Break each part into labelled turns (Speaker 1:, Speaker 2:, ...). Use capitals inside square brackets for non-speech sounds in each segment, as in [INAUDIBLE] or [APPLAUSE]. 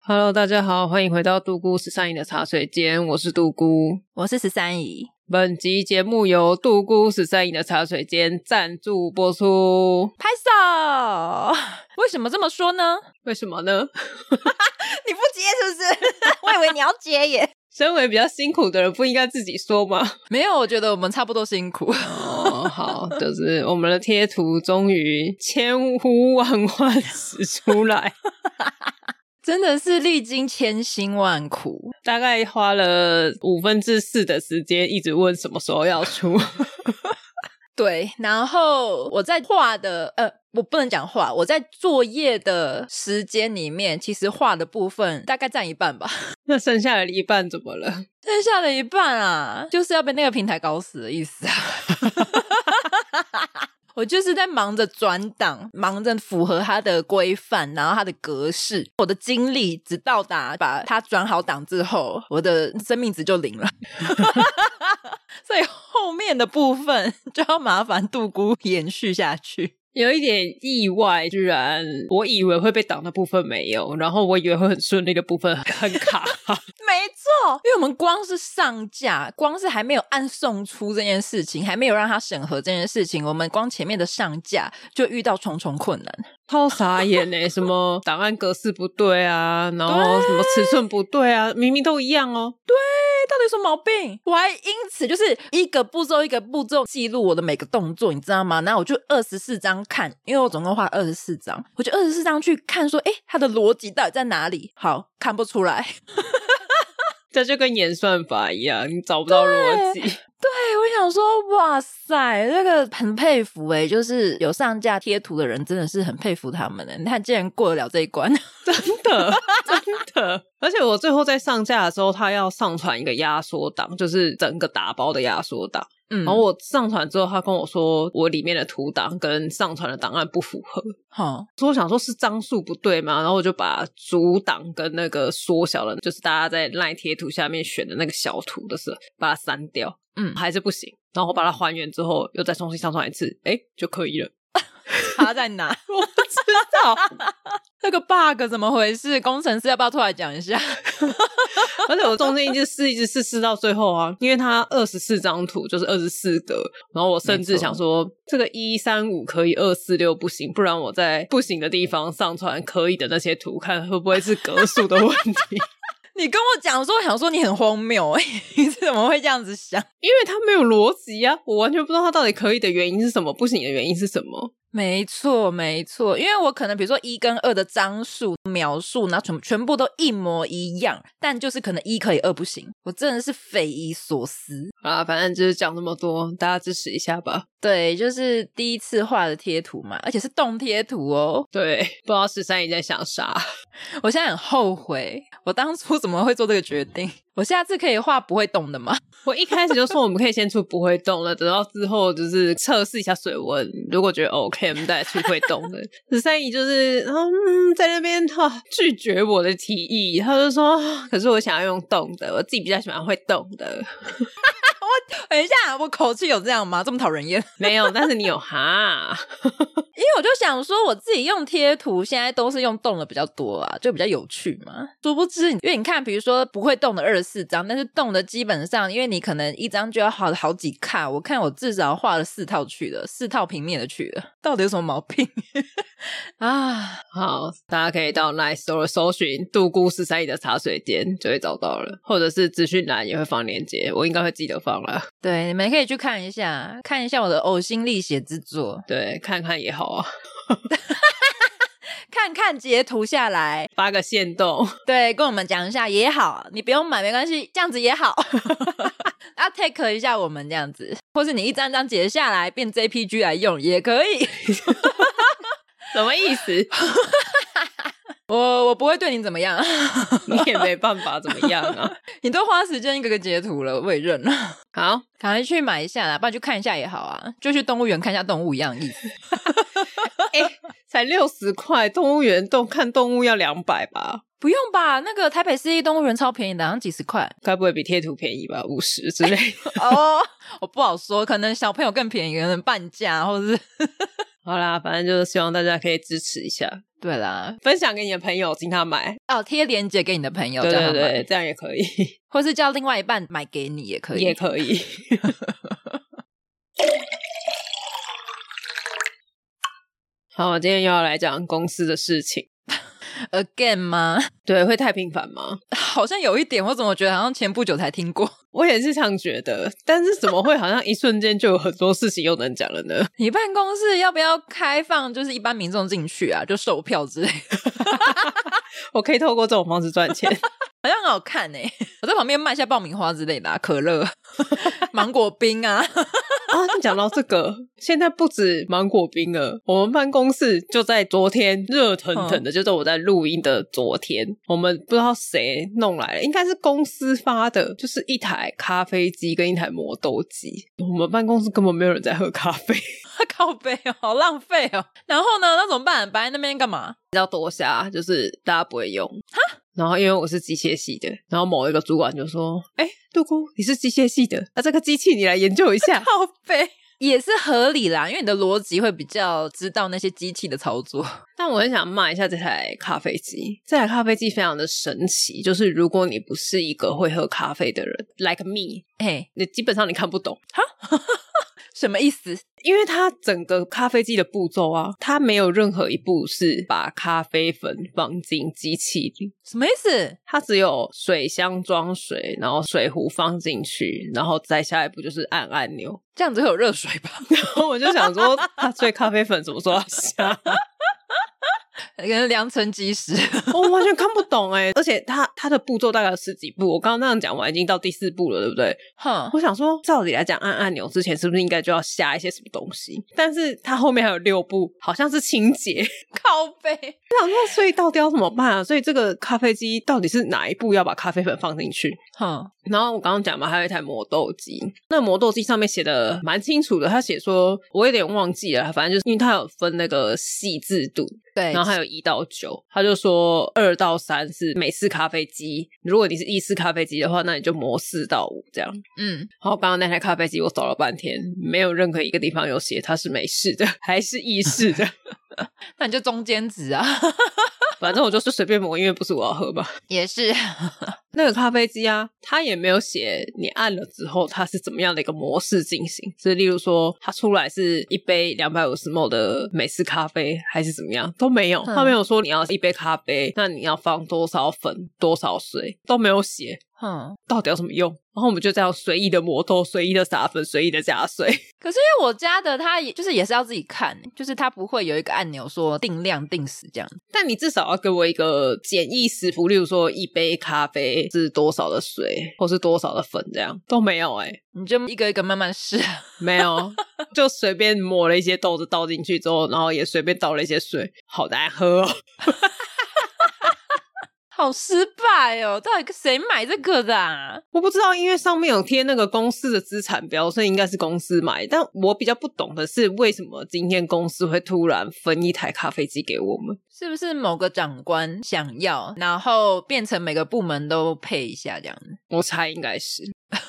Speaker 1: Hello，大家好，欢迎回到杜姑十三姨的茶水间，我是杜姑。
Speaker 2: 我是十三姨，
Speaker 1: 本集节目由杜姑十三姨的茶水间赞助播出。
Speaker 2: 拍手。 [LAUGHS] 为什么这么说呢？
Speaker 1: 为什么呢？
Speaker 2: [LAUGHS]
Speaker 1: [LAUGHS]
Speaker 2: 你不接是不是？ [LAUGHS] 我以为你要接耶。
Speaker 1: 身为比较辛苦的人，不应该自己说吗？
Speaker 2: [LAUGHS] 没有，我觉得我们差不多辛苦。 [LAUGHS]
Speaker 1: 哦，好，就是我们的贴图终于千呼万唤始出来，
Speaker 2: 真的是历经千辛万苦，
Speaker 1: 大概花了五分之四的时间，一直问什么时候要出。 [LAUGHS]
Speaker 2: 对。然后我在画的，呃，我不能讲画，我在作业的时间里面，其实画的部分大概占一半吧，
Speaker 1: 那剩下的一半怎么了？
Speaker 2: 剩下的一半啊，就是要被那个平台搞死的意思啊。 [LAUGHS] 我就是在忙着转档，忙着符合它的规范，然后它的格式。我的精力只到达把它转好档之后，我的生命值就零了。 [LAUGHS] 所以后面的部分就要麻烦杜姑延续下去。
Speaker 1: 有一点意外，居然我以为会被挡的部分没有，然后我以为会很顺利的部分很卡。
Speaker 2: 没错，因为我们光是上架，光是还没有按送出这件事情，还没有让它审核这件事情，我们光前面的上架就遇到重重困难。
Speaker 1: 超傻眼呢、欸什么档案格式不对啊，然后什么尺寸不对啊，明明都一样哦。
Speaker 2: 哎，到底有什么毛病？我还因此就是一个步骤一个步骤记录我的每个动作，你知道吗？然后我就二十四张看，因为我总共画二十四张，我就二十四张去看说，诶，它的逻辑到底在哪里？好看不出来。
Speaker 1: 这就跟演算法一样，你找不到逻辑。
Speaker 2: 对，我想说，哇塞，这个很佩服诶、就是有上架贴图的人真的是很佩服他们欸诶、你看竟然过得了这一关。
Speaker 1: 真的，真的。而且我最后在上架的时候，他要上传一个压缩档，就是整个打包的压缩档。
Speaker 2: 嗯
Speaker 1: 然后我上传之后，他跟我说我里面的图档跟上传的档案不符合，
Speaker 2: 好，
Speaker 1: 所以我想说是张数不对嘛，然后我就把主档跟那个缩小的，就是大家在赖贴图下面选的那个小图的时候，把它删掉，
Speaker 2: 嗯
Speaker 1: 还是不行。然后我把它还原之后，又再重新上传一次，哎，就可以了。 [LAUGHS]
Speaker 2: 差在哪？ [LAUGHS]
Speaker 1: 我不知道，
Speaker 2: 这个 bug 怎么回事？工程师要不要出来讲一下？ [LAUGHS]
Speaker 1: 而且我中间一直试，一直试，试到最后啊，因为它二十四张图就是二十四格，然后我甚至
Speaker 2: 没错
Speaker 1: 想说，这个一三五可以，二四六不行，不然我在不行的地方上传可以的那些图，看会不会是格数的问题。
Speaker 2: 你跟我讲说，我想说你很荒谬诶、 [LAUGHS] 你怎么会这样子想？
Speaker 1: 因为它没有逻辑啊，我完全不知道它到底可以的原因是什么，不行的原因是什么。
Speaker 2: 没错，没错，因为我可能比如说一跟二的张数、描述，然后全部全部都一模一样，但就是可能一可以，二不行。我真的是匪夷所思。
Speaker 1: 啊，反正就是讲这么多，大家支持一下吧。
Speaker 2: 对，就是第一次画的贴图嘛，而且是动贴图哦。 [LAUGHS]
Speaker 1: 对，不知道十三姨在想啥， [LAUGHS]
Speaker 2: 我现在很后悔，我当初怎么会做这个决定？我下次可以画不会动的吗？ [LAUGHS]
Speaker 1: 我一开始就说我们可以先出不会动的，等到之后就是测试一下水温，如果觉得 OK，我们再来出会动的。 [LAUGHS] 十三姨就是嗯，在那边哈、拒绝我的提议，她就说，啊可是我想要用动的，我自己比较喜欢会动的。
Speaker 2: 等一下，我口气有这样吗？这么讨人厌？ [LAUGHS]
Speaker 1: 没有，但是你有哈，
Speaker 2: 因为我就想说，我自己用贴图，现在都是用动的比较多啊，就比较有趣嘛。殊不知，因为你看，比如说不会动的二十四张，但是动的基本上，因为你可能一张就要好好几卡，我看我至少画了四套去了，四套平面的去了，到底有什么毛病 [LAUGHS] 啊？
Speaker 1: 好，大家可以到 Nice Store 搜寻“杜姑十三姨的茶水间”就会找到了，或者是资讯栏也会放链接，我应该会记得放了。
Speaker 2: 对，你们可以去看一下，看一下我的呕心沥血之作。
Speaker 1: 对，看看也好啊。
Speaker 2: 看看截图下来，
Speaker 1: 发个线动， [LAUGHS]
Speaker 2: 对，跟我们讲一下也好，你不用买没关系，这样子也好。 [LAUGHS] 啊，take 一下我们这样子，或是你一张张截下来变 JPG 来用也可以。
Speaker 1: 什么意思？
Speaker 2: [LAUGHS] 我我不会对你怎么样， [LAUGHS]
Speaker 1: 你也没办法怎么样啊。
Speaker 2: 你都花时间一个个截图了，我也认了。
Speaker 1: 好，
Speaker 2: 赶快去买一下啦，不然去看一下也好啊，就去动物园看一下动物一样意思。
Speaker 1: 哎、才六十块，动物园动看动物要两百吧？
Speaker 2: 不用吧，那个台北市立动物园超便宜的，好像几十块。
Speaker 1: 该不会比贴图便宜吧？五十之类
Speaker 2: [LAUGHS]
Speaker 1: 的。
Speaker 2: 哦，我不好说，可能小朋友更便宜，可能半价，
Speaker 1: [LAUGHS]
Speaker 2: 或者是
Speaker 1: 好啦，反正就是希望大家可以支持一下，
Speaker 2: 对啦，
Speaker 1: 分享给你的朋友，请他买。
Speaker 2: 哦，贴链接给你的朋友，
Speaker 1: 对
Speaker 2: 叫他
Speaker 1: 对
Speaker 2: 买
Speaker 1: 对，这样也可以，
Speaker 2: 或是叫另外一半买给你也可以，
Speaker 1: 也可以。 [LAUGHS] 好，我今天又要来讲公司的事情。
Speaker 2: again 吗？ [LAUGHS]
Speaker 1: 对，会太频繁吗？
Speaker 2: 好像有一点，我怎么觉得好像前不久才听过？ [LAUGHS]
Speaker 1: 我也是这样觉得，但是怎么会好像一瞬间就有很多事情又能讲了呢？
Speaker 2: 你办公室要不要开放，就是一般民众进去啊，就售票之类的， [LAUGHS]
Speaker 1: 我可以透过这种方式赚钱。
Speaker 2: 好像很好看呢、 [LAUGHS] 我在旁边卖一下爆米花之类的、啊，可乐、 [LAUGHS] 芒果冰啊， [LAUGHS]
Speaker 1: 啊，你讲到这个，现在不止芒果冰了，我们办公室就在昨天热腾腾的，就是我在录音的昨天，我们不知道谁弄来了，应该是公司发的，就是一台咖啡机跟一台磨豆机。我们办公室根本没有人在喝咖啡， [LAUGHS]
Speaker 2: 靠背哦，好浪费哦。然后呢，那怎么办？摆在那边干嘛？
Speaker 1: 要多虾，就是大家不会用哈。然后因为我是机械系的，然后某一个主管就说：“哎、杜姑，你是机械系的，那、这个机器你来研究一下。”
Speaker 2: 靠背 [LAUGHS] 也是合理啦，因为你的逻辑会比较知道那些机器的操作。
Speaker 1: 但我很想骂一下这台咖啡机。这台咖啡机非常的神奇，就是如果你不是一个会喝咖啡的人，like me，
Speaker 2: [LAUGHS] 嘿，
Speaker 1: 你基本上你看不懂，
Speaker 2: 什么意思？
Speaker 1: 因为它整个咖啡机的步骤啊，它没有任何一步是把咖啡粉放进机器里。
Speaker 2: 什么意思？
Speaker 1: 它只有水箱装水，然后水壶放进去，然后再下一步就是按按钮。 [LAUGHS]
Speaker 2: 这样子会有热水吧？
Speaker 1: 然后我就想说，它所以咖啡粉什么时候要下？
Speaker 2: [LAUGHS] 可能良辰吉时。
Speaker 1: 我完全看不懂哎、而且它它的步骤大概有十几步，我刚刚那样讲完已经到第四步了，对不对？
Speaker 2: [LAUGHS] 哼，
Speaker 1: 我想说，照理来讲，按按钮之前是不是应该就要下一些什么东西？但是它后面还有六步，好像是清洁。 [LAUGHS]
Speaker 2: 靠背。
Speaker 1: 我想说，所以到底要怎么办啊？所以这个咖啡机到底是哪一步要把咖啡粉放进去？
Speaker 2: 哼，
Speaker 1: 然后我刚刚讲嘛，还有一台磨豆机。那磨豆机上面写的蛮清楚的，他写说我有点忘记了，反正就是因为它有分那个细致度，
Speaker 2: 对，
Speaker 1: 然后还有一到九，他就说二到三是美式咖啡机，如果你是意式咖啡机的话，那你就磨四到五这样。
Speaker 2: 嗯，
Speaker 1: 然后刚刚那台咖啡机我找了半天，没有任何一个地方有写它是美式的 [LAUGHS] 还是意式的， [LAUGHS]
Speaker 2: 那你就中间值啊，
Speaker 1: 反正我就是随便磨，因为不是我要喝吧。
Speaker 2: [LAUGHS] 也是。
Speaker 1: 那个咖啡机啊，它也没有写你按了之后它是怎么样的一个模式进行，所以例如说它出来是一杯两百五十 ml 的美式咖啡还是怎么样都没有，
Speaker 2: 嗯
Speaker 1: 它没有说你要一杯咖啡，那你要放多少粉多少水都没有写，
Speaker 2: 哼，
Speaker 1: 到底有什么用？然后我们就这样随意的磨豆，随意的撒粉，随意的加水。 [LAUGHS]
Speaker 2: 可是因为我家的它也就是也是要自己看，就是它不会有一个按钮说定量定时这样。
Speaker 1: 但你至少要给我一个简易食谱，例如说一杯咖啡是多少的水，或是多少的粉，这样都没有哎、
Speaker 2: 你就一个一个慢慢 [LAUGHS] 试，
Speaker 1: 没有，就随便抹了一些豆子倒进去之后，然后也随便倒了一些水，好难喝哦。 [LAUGHS]
Speaker 2: 好失败哦！到底谁买这个的、啊？
Speaker 1: 我不知道，因为上面有贴那个公司的资产表，所以应该是公司买。但我比较不懂的是，为什么今天公司会突然分一台咖啡机给我们？
Speaker 2: 是不是某个长官想要，然后变成每个部门都配一下这样子？
Speaker 1: 我猜应该是。 [LAUGHS]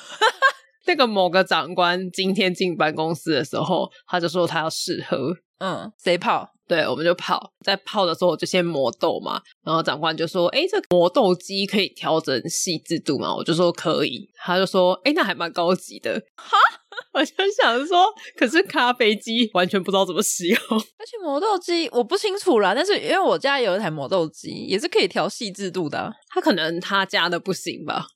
Speaker 1: 那个某个长官今天进办公室的时候，他就说他要试喝，
Speaker 2: 嗯，谁泡？
Speaker 1: 对，我们就泡，在泡的时候我就先磨豆嘛，然后长官就说：“哎，这磨豆机可以调整细致度嘛？”我就说可以，他就说：“哎，那还蛮高级的。”哈，我就想说，可是咖啡机完全不知道怎么使用。
Speaker 2: 而且磨豆机我不清楚啦，但是因为我家有一台磨豆机，也是可以调细致度的啊、
Speaker 1: 他可能他家的不行吧？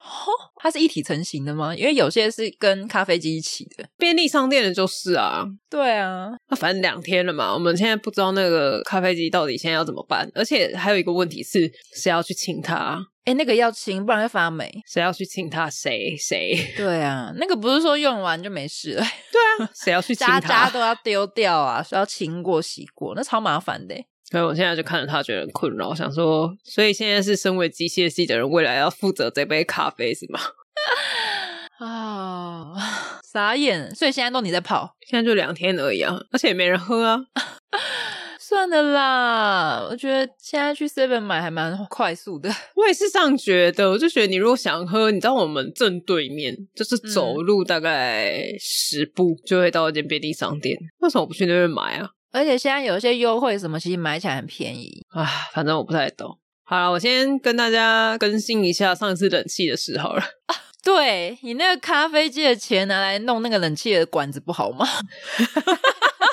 Speaker 2: 它是一体成型的吗？因为有些是跟咖啡机一起的。
Speaker 1: 便利商店的就是啊，
Speaker 2: 对啊，
Speaker 1: 那反正两天了嘛，我们现在不知道那个咖啡机到底现在要怎么办，而且还有一个问题是，谁要去请他？
Speaker 2: 哎，那个要清，不然会发霉。
Speaker 1: 谁要去请他？谁谁？
Speaker 2: 对啊，那个不是说用完就没事了， [LAUGHS]
Speaker 1: 对啊，谁要去请
Speaker 2: 渣
Speaker 1: 他？
Speaker 2: 渣都要丢掉啊，说要清过洗过，那超麻烦的欸。
Speaker 1: 所以我现在就看着他觉得很困扰，想说，所以现在是身为机械系的人，未来要负责这杯咖啡是吗？ [LAUGHS]
Speaker 2: 啊、 [SIGHS] 傻眼！所以现在都你在跑，
Speaker 1: 现在就两天而已啊，而且也没人喝啊。 [LAUGHS]
Speaker 2: [LAUGHS] 算了啦。我觉得现在去 Seven 买还蛮快速的。 [LAUGHS]
Speaker 1: 我也是这样觉得，我就觉得你如果想喝，你知道我们正对面就是走路大概十步就会到一间便利商店，为什么我不去那边买啊？
Speaker 2: 而且现在有一些优惠什么，其实买起来很便宜。
Speaker 1: 唉，反正我不太懂。好了，我先跟大家更新一下上一次冷气的事好了。 [LAUGHS]
Speaker 2: 对你那个咖啡机的钱拿来弄那个冷气的管子不好吗？ [LAUGHS]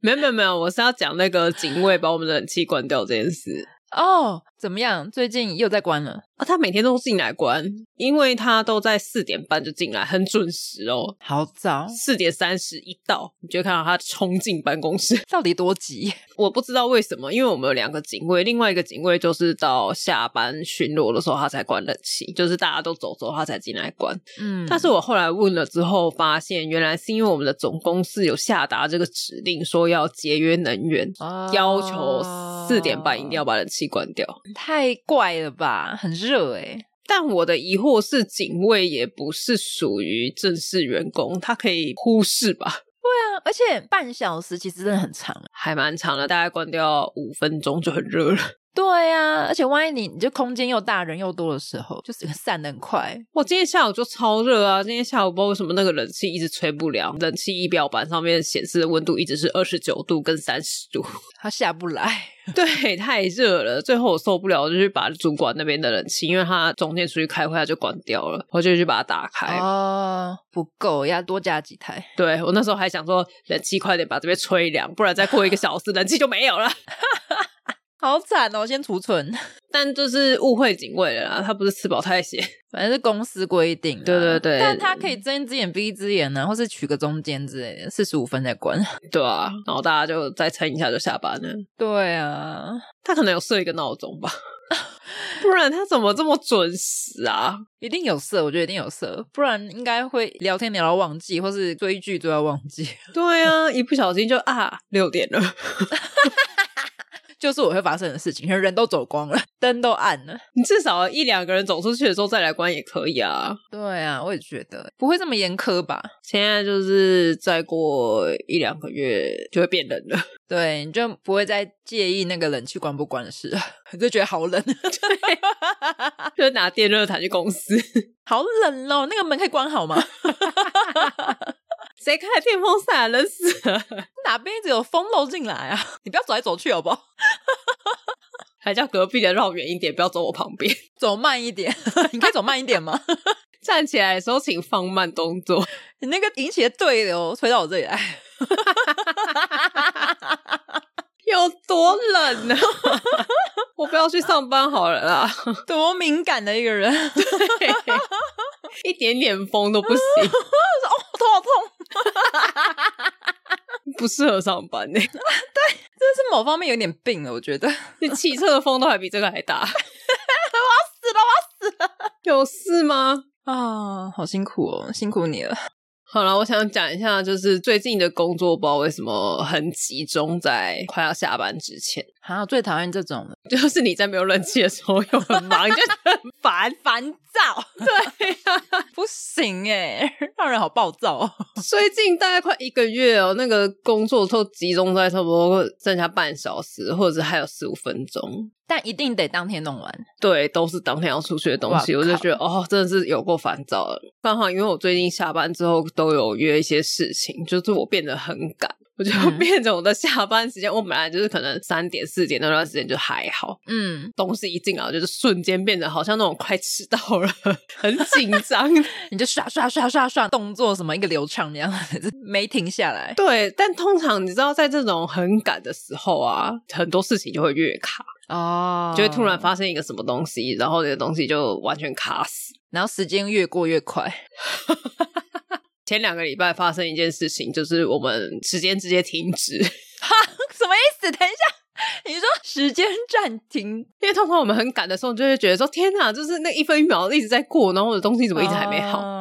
Speaker 1: 没有没有没有，我是要讲那个警卫把我们的冷气关掉这件事。
Speaker 2: 哦，怎么样？最近又在关了，
Speaker 1: 啊，他每天都进来关，因为他都在四点半就进来，很准时哦。
Speaker 2: 好早，
Speaker 1: 四点三十一到，你就看到他冲进办公室。
Speaker 2: [LAUGHS]
Speaker 1: [LAUGHS]
Speaker 2: 到底多急？
Speaker 1: 我不知道为什么，因为我们有两个警卫，另外一个警卫就是到下班巡逻的时候他才关冷气，就是大家都走之后他才进来关。
Speaker 2: [LAUGHS] 嗯，
Speaker 1: 但是我后来问了之后，发现原来是因为我们的总公司有下达这个指令，说要节约能源，
Speaker 2: 哦
Speaker 1: 要求四点半一定要把冷气关掉。
Speaker 2: 太怪了吧？很热哎、
Speaker 1: 但我的疑惑是，警卫也不是属于正式员工，他可以忽视吧？
Speaker 2: 对啊，而且半小时其实真的很长。啊
Speaker 1: 还蛮长的，大概关掉五分钟就很热了。 [LAUGHS]
Speaker 2: 对啊，而且万一你你就空间又大，人又多的时候，就是散的很快。
Speaker 1: 我今天下午就超热啊！今天下午不知道为什么那个冷气一直吹不了，冷气仪表板上面显示的温度一直是二十九度跟三十度， [LAUGHS]
Speaker 2: 它下不来，
Speaker 1: 对，太热了。最后我受不了，我就去把主管那边的冷气，因为他中间出去开会他就关掉了，我就去把它打开。
Speaker 2: 哦，不够，要多加几台。
Speaker 1: 对我那时候还想说，冷气快点把这边吹凉，不然再过一个小时冷气就没有了。
Speaker 2: 好惨哦，先储存，
Speaker 1: 但就是误会警卫了啦，他不是吃饱太闲。
Speaker 2: 反正是公司规定啊。
Speaker 1: 对对对
Speaker 2: 但它可以睁一只眼闭一只眼呢，或是取个中间之类的，四十五分再关。 [LAUGHS]
Speaker 1: 对啊，然后大家就再撑一下就下班了。
Speaker 2: 对啊，
Speaker 1: 他可能有设一个闹钟吧，不然他怎么这么准时啊？
Speaker 2: 一定有色，我觉得一定有色，不然应该会聊天聊到忘记，或是追剧追到忘记。 [LAUGHS]
Speaker 1: 对啊，一不小心就啊六点了。
Speaker 2: 就是我会发生的事情，人都走光了，灯都暗了。
Speaker 1: 你至少一两个人走出去的时候再来关也可以啊。
Speaker 2: 对啊，我也觉得不会这么严苛吧？
Speaker 1: 现在就是再过一两个月就会变冷了。
Speaker 2: 对，你就不会再介意那个冷气关不关的事了， [LAUGHS] 就觉得好冷，
Speaker 1: 就拿电热毯去公司， [LAUGHS]
Speaker 2: 好冷哦。那个门可以关好 [LAUGHS] 吗？
Speaker 1: 谁开的电风扇啊冷死了，
Speaker 2: 哪边一直有风漏进来啊？ [LAUGHS] 你不要走来走去好不好？
Speaker 1: 还叫隔壁的绕远一点，不要走我旁边。
Speaker 2: 走慢一点， [LAUGHS] 你可以走慢一点吗？
Speaker 1: 站起来的时候请放慢动作。
Speaker 2: [LAUGHS] 你那个引起的对流吹到我这里哎来，
Speaker 1: [LAUGHS] 有多冷 [LAUGHS] 呢、我不要去上班好了啦， [LAUGHS]
Speaker 2: 多敏感的一个 [LAUGHS] 人，头
Speaker 1: 一点点风都不行，
Speaker 2: 哦好痛。
Speaker 1: 不适合上班呢、
Speaker 2: 这是某方面有点病了，我觉得。
Speaker 1: 那汽车的风都还比这个还大。 [LAUGHS] 我要死了，我要死了！有事吗？
Speaker 2: 啊，好辛苦哦，辛苦你了。
Speaker 1: 好了，我想讲一下，就是最近的工作，不知道为什么很集中在快要下班之前，
Speaker 2: 啊，最讨厌这种了，
Speaker 1: 就是你在没有冷气的时候又很忙，你就觉得很烦。
Speaker 2: 烦 [LAUGHS] 躁，
Speaker 1: 对呀、
Speaker 2: 不行哎，让人好暴躁、哦。 [LAUGHS]
Speaker 1: 最近大概快一个月哦，那个工作都集中在差不多剩下半小时，或者还有十五分钟。
Speaker 2: 但一定得当天弄完。
Speaker 1: 对，都是当天要出去的东西，
Speaker 2: 哇
Speaker 1: 我
Speaker 2: 靠
Speaker 1: 就觉得哦，真的是有够烦躁了。刚好因为我最近下班之后都有约一些事情，就是我变得很赶。我就
Speaker 2: 嗯
Speaker 1: 变成我的下班时间，我本来就是可能三点四点那段时间就还好，
Speaker 2: 嗯，
Speaker 1: 东西一进来我就是瞬间变得好像那种快迟到了， [LAUGHS] 很紧张。
Speaker 2: 你就刷刷刷刷刷，动作什么一个流畅这样，没停下来。
Speaker 1: 对，但通常你知道，在这种很赶的时候啊，很多事情就会越卡，
Speaker 2: 哦
Speaker 1: 就会突然，发现一个什么东西，然后这个东西就完全卡死。
Speaker 2: 然后时间越过越快。
Speaker 1: 前两个礼拜发生一件事情，就是我们时间直接停止，[LAUGHS]
Speaker 2: [LAUGHS] 什么意思？等一下，你说时间暂停，
Speaker 1: 因为通常我们很赶的时候，就会觉得说天哪，就是那一分一秒一直在过，然后我的东西怎么一直还没好。
Speaker 2: 哦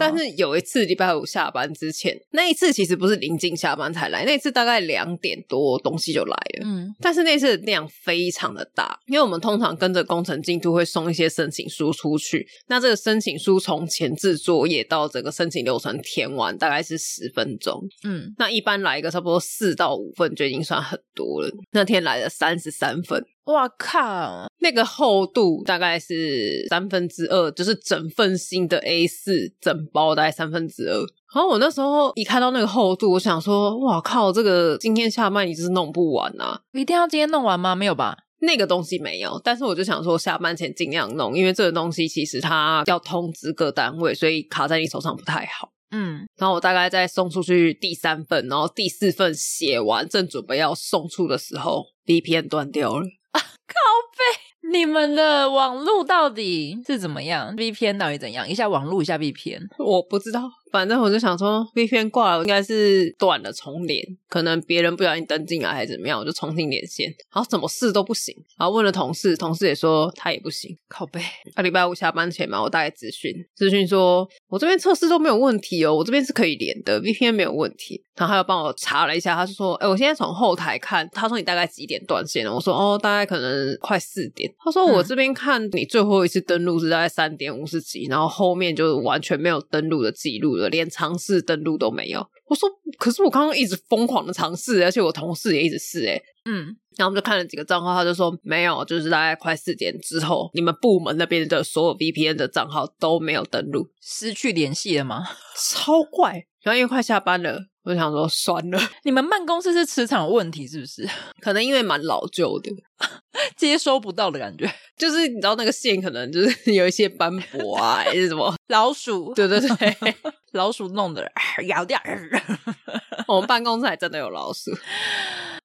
Speaker 1: 但是有一次礼拜五下班之前，那一次其实不是临近下班才来，那一次大概两点多东西就来了。
Speaker 2: 嗯
Speaker 1: 但是那次的量非常的大，因为我们通常跟着工程进度会送一些申请书出去，那这个申请书从前置作业到整个申请流程填完大概是十分钟，
Speaker 2: 嗯，
Speaker 1: 那一般来一个差不多四到五份就已经算很多了。那天来了三十三份，
Speaker 2: 哇靠，
Speaker 1: 那个厚度大概是三分之二，就是整份新的 A 四整包大概三分之二。然后我那时候一看到那个厚度，我想说，哇靠，这个今天下班你就是弄不完啊！
Speaker 2: 一定要今天弄完吗？没有吧？
Speaker 1: 那个东西没有，但是我就想说下班前尽量弄，因为这个东西其实它要通知各单位，所以卡在你手上不太好。
Speaker 2: 嗯
Speaker 1: 然后我大概在送出去第三份，然后第四份写完，正准备要送出的时候，VPN 断掉了。
Speaker 2: 你们的网路到底是怎么样？VPN 到底怎样？一下网路，一下 VPN。
Speaker 1: 我不知道，反正我就想说，VPN 挂了应该是断了重连，可能别人不小心登进来还是怎么样，我就重新连线，然后什么事都不行。然后问了同事，同事也说他也不行。
Speaker 2: 靠背，
Speaker 1: 啊，礼拜五下班前嘛，我大概咨询咨询说，我这边测试都没有问题哦，我这边是可以连的，VPN 没有问题。然后他又帮我查了一下，他就说，哎、我现在从后台看，他说你大概几点断线了？我说哦，大概可能快四点。他说
Speaker 2: 嗯
Speaker 1: 我这边看你最后一次登录是大概三点五十几，然后后面就完全没有登录的记录了，连尝试登录都没有。我说，可是我刚刚一直疯狂的尝试，而且我同事也一直试、哎，
Speaker 2: 嗯，
Speaker 1: 然后我们就看了几个账号，他就说没有，就是大概快四点之后，你们部门那边的所有 VPN 的账号都没有登录，
Speaker 2: 失去联系了吗？ [LAUGHS]
Speaker 1: 超怪。然后因为快下班了，我就想说算了， [LAUGHS]
Speaker 2: 你们办公室是磁场有问题是不 [LAUGHS] 是？
Speaker 1: 可能因为蛮老旧的，
Speaker 2: 接收不到的感觉，
Speaker 1: 就是你知道那个线可能就是有一些斑驳啊，还是什么？
Speaker 2: 老鼠，
Speaker 1: 对对对，
Speaker 2: [LAUGHS] 老鼠弄的，咬掉。
Speaker 1: 我们办公室还真的有老鼠。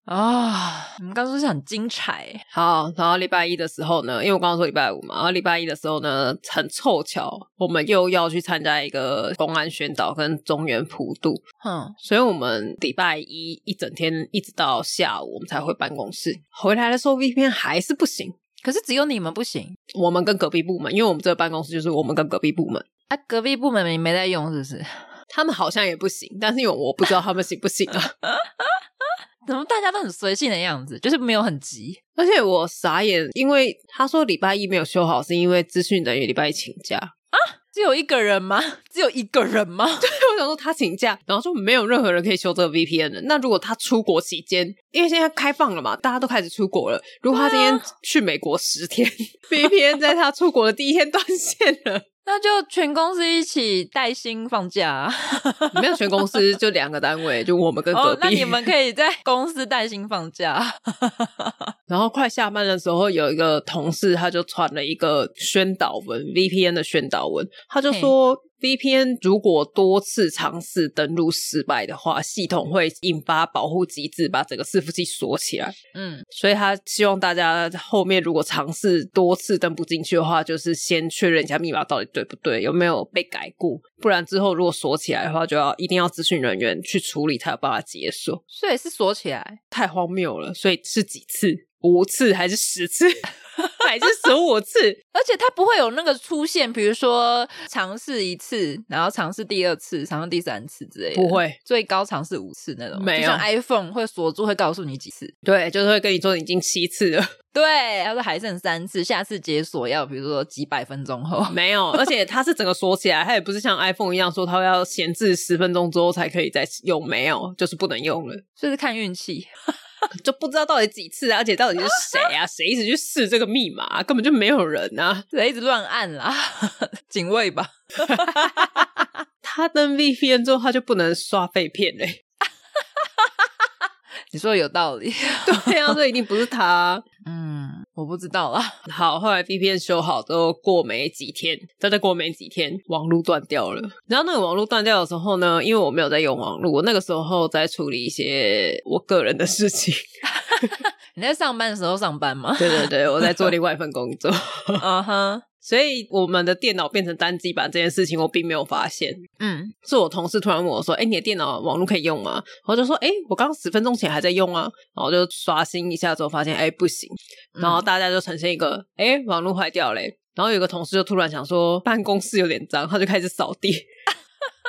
Speaker 2: 啊、你们刚说是很精彩，
Speaker 1: 好，然后礼拜一的时候呢，因为我刚刚说礼拜五嘛，然后礼拜一的时候呢，很凑巧，我们又要去参加一个公安宣导跟中原普渡，
Speaker 2: 哼，
Speaker 1: 所以我们礼拜一一整天一直到下午，我们才回办公室。回来的时候 VPN 还是不行。
Speaker 2: 可是只有你们不行
Speaker 1: 我们跟隔壁部门，因为我们这个办公室就是我们跟隔壁部门，
Speaker 2: 啊，隔壁部门你没在用是不是？ [LAUGHS]
Speaker 1: 他们好像也不行，但是因为我不知道他们行不行啊。 [LAUGHS]
Speaker 2: 怎么大家都很随性的样子，就是没有很急
Speaker 1: 而且我傻眼，因为他说礼拜一没有修好，是因为资讯人员礼拜一请假。
Speaker 2: 只有一个人吗？ [LAUGHS] 只有一个人
Speaker 1: [LAUGHS]
Speaker 2: 吗？ [LAUGHS]
Speaker 1: 我想说他请假，然后就没有任何人可以修这个 VPN 的。那如果他出国期间，因为现在开放了嘛，大家都开始出国了。如果他今天去美国十天、v [LAUGHS] p n 在他出国的第一天断线了，
Speaker 2: 那就全公司一起带薪放假、啊。
Speaker 1: [LAUGHS] 没有全公司就两个单位，就我们跟隔
Speaker 2: 哦，
Speaker 1: 壁。
Speaker 2: 那你们可以在公司带薪放假。
Speaker 1: 然后快下班的时候，有一个同事他就传了一个宣导文，VPN 的宣导文，他就说 VPN 如果多次尝试登录失败的话，系统会引发保护机制，把整个伺服器锁起来。
Speaker 2: 嗯，
Speaker 1: 所以他希望大家后面如果尝试多次登不进去的话，就是先确认一下密码到底对不对，有没有被改过，不然之后如果锁起来的话，就要一定要咨询人员去处理才有办法解锁。
Speaker 2: 所以是锁起来。
Speaker 1: 太荒谬了，所以是几次？五次还是十次？ [LAUGHS] 还是十五次？
Speaker 2: 而且它不会有那个出现，比如说尝试一次，然后尝试第二次，尝试第三次之类的，
Speaker 1: 不，会，
Speaker 2: 最高尝试五次那种。
Speaker 1: 没有
Speaker 2: 就像 iPhone 会锁住，会告诉你几次。
Speaker 1: 对，就是会跟你说你已经七次了， [LAUGHS]
Speaker 2: 对，他说还剩三次，下次解锁要比如说几百分钟后。 [LAUGHS]
Speaker 1: 没有，而且它是整个锁起来，它也不是像 iPhone 一样说它要闲置十分钟之后才可以再用，没有，就是不能用了。
Speaker 2: 就是看运气，
Speaker 1: 就不知道到底几次啊，而且到底是谁啊，谁一直去试这个密码啊、根本就没有人啊。
Speaker 2: 谁一直乱按啦，警卫吧。
Speaker 1: 欸他登 VPN 之后，他就不能刷废片嘞、
Speaker 2: 你说的有道理。
Speaker 1: 对啊，这一定不是他。
Speaker 2: 嗯，我不知道啦。
Speaker 1: 好，后来 VPN 修好之后，过没几天，真的过没几天，网络断掉了。然后那个网络断掉的时候呢，因为我没有在用网络，我那个时候在处理一些我个人的事情。
Speaker 2: 你在上班的时候上
Speaker 1: [LAUGHS]
Speaker 2: 班吗？
Speaker 1: 对对对，我在做另外一份工作，
Speaker 2: 嗯哼，
Speaker 1: 所以我们的电脑变成单机版这件事情，我并没有发现。
Speaker 2: 嗯，
Speaker 1: 是我同事突然问我说：“哎、你的电脑网络可以用吗？”我就说：“哎、我刚十分钟前还在用啊。”然后就刷新一下之后发现：“哎、不行。”然
Speaker 2: 嗯
Speaker 1: 后大家就呈现一个：“哎、网络坏掉嘞、然后有个同事就突然想说：“办公室有点脏。”他就开始扫地。 [LAUGHS] 因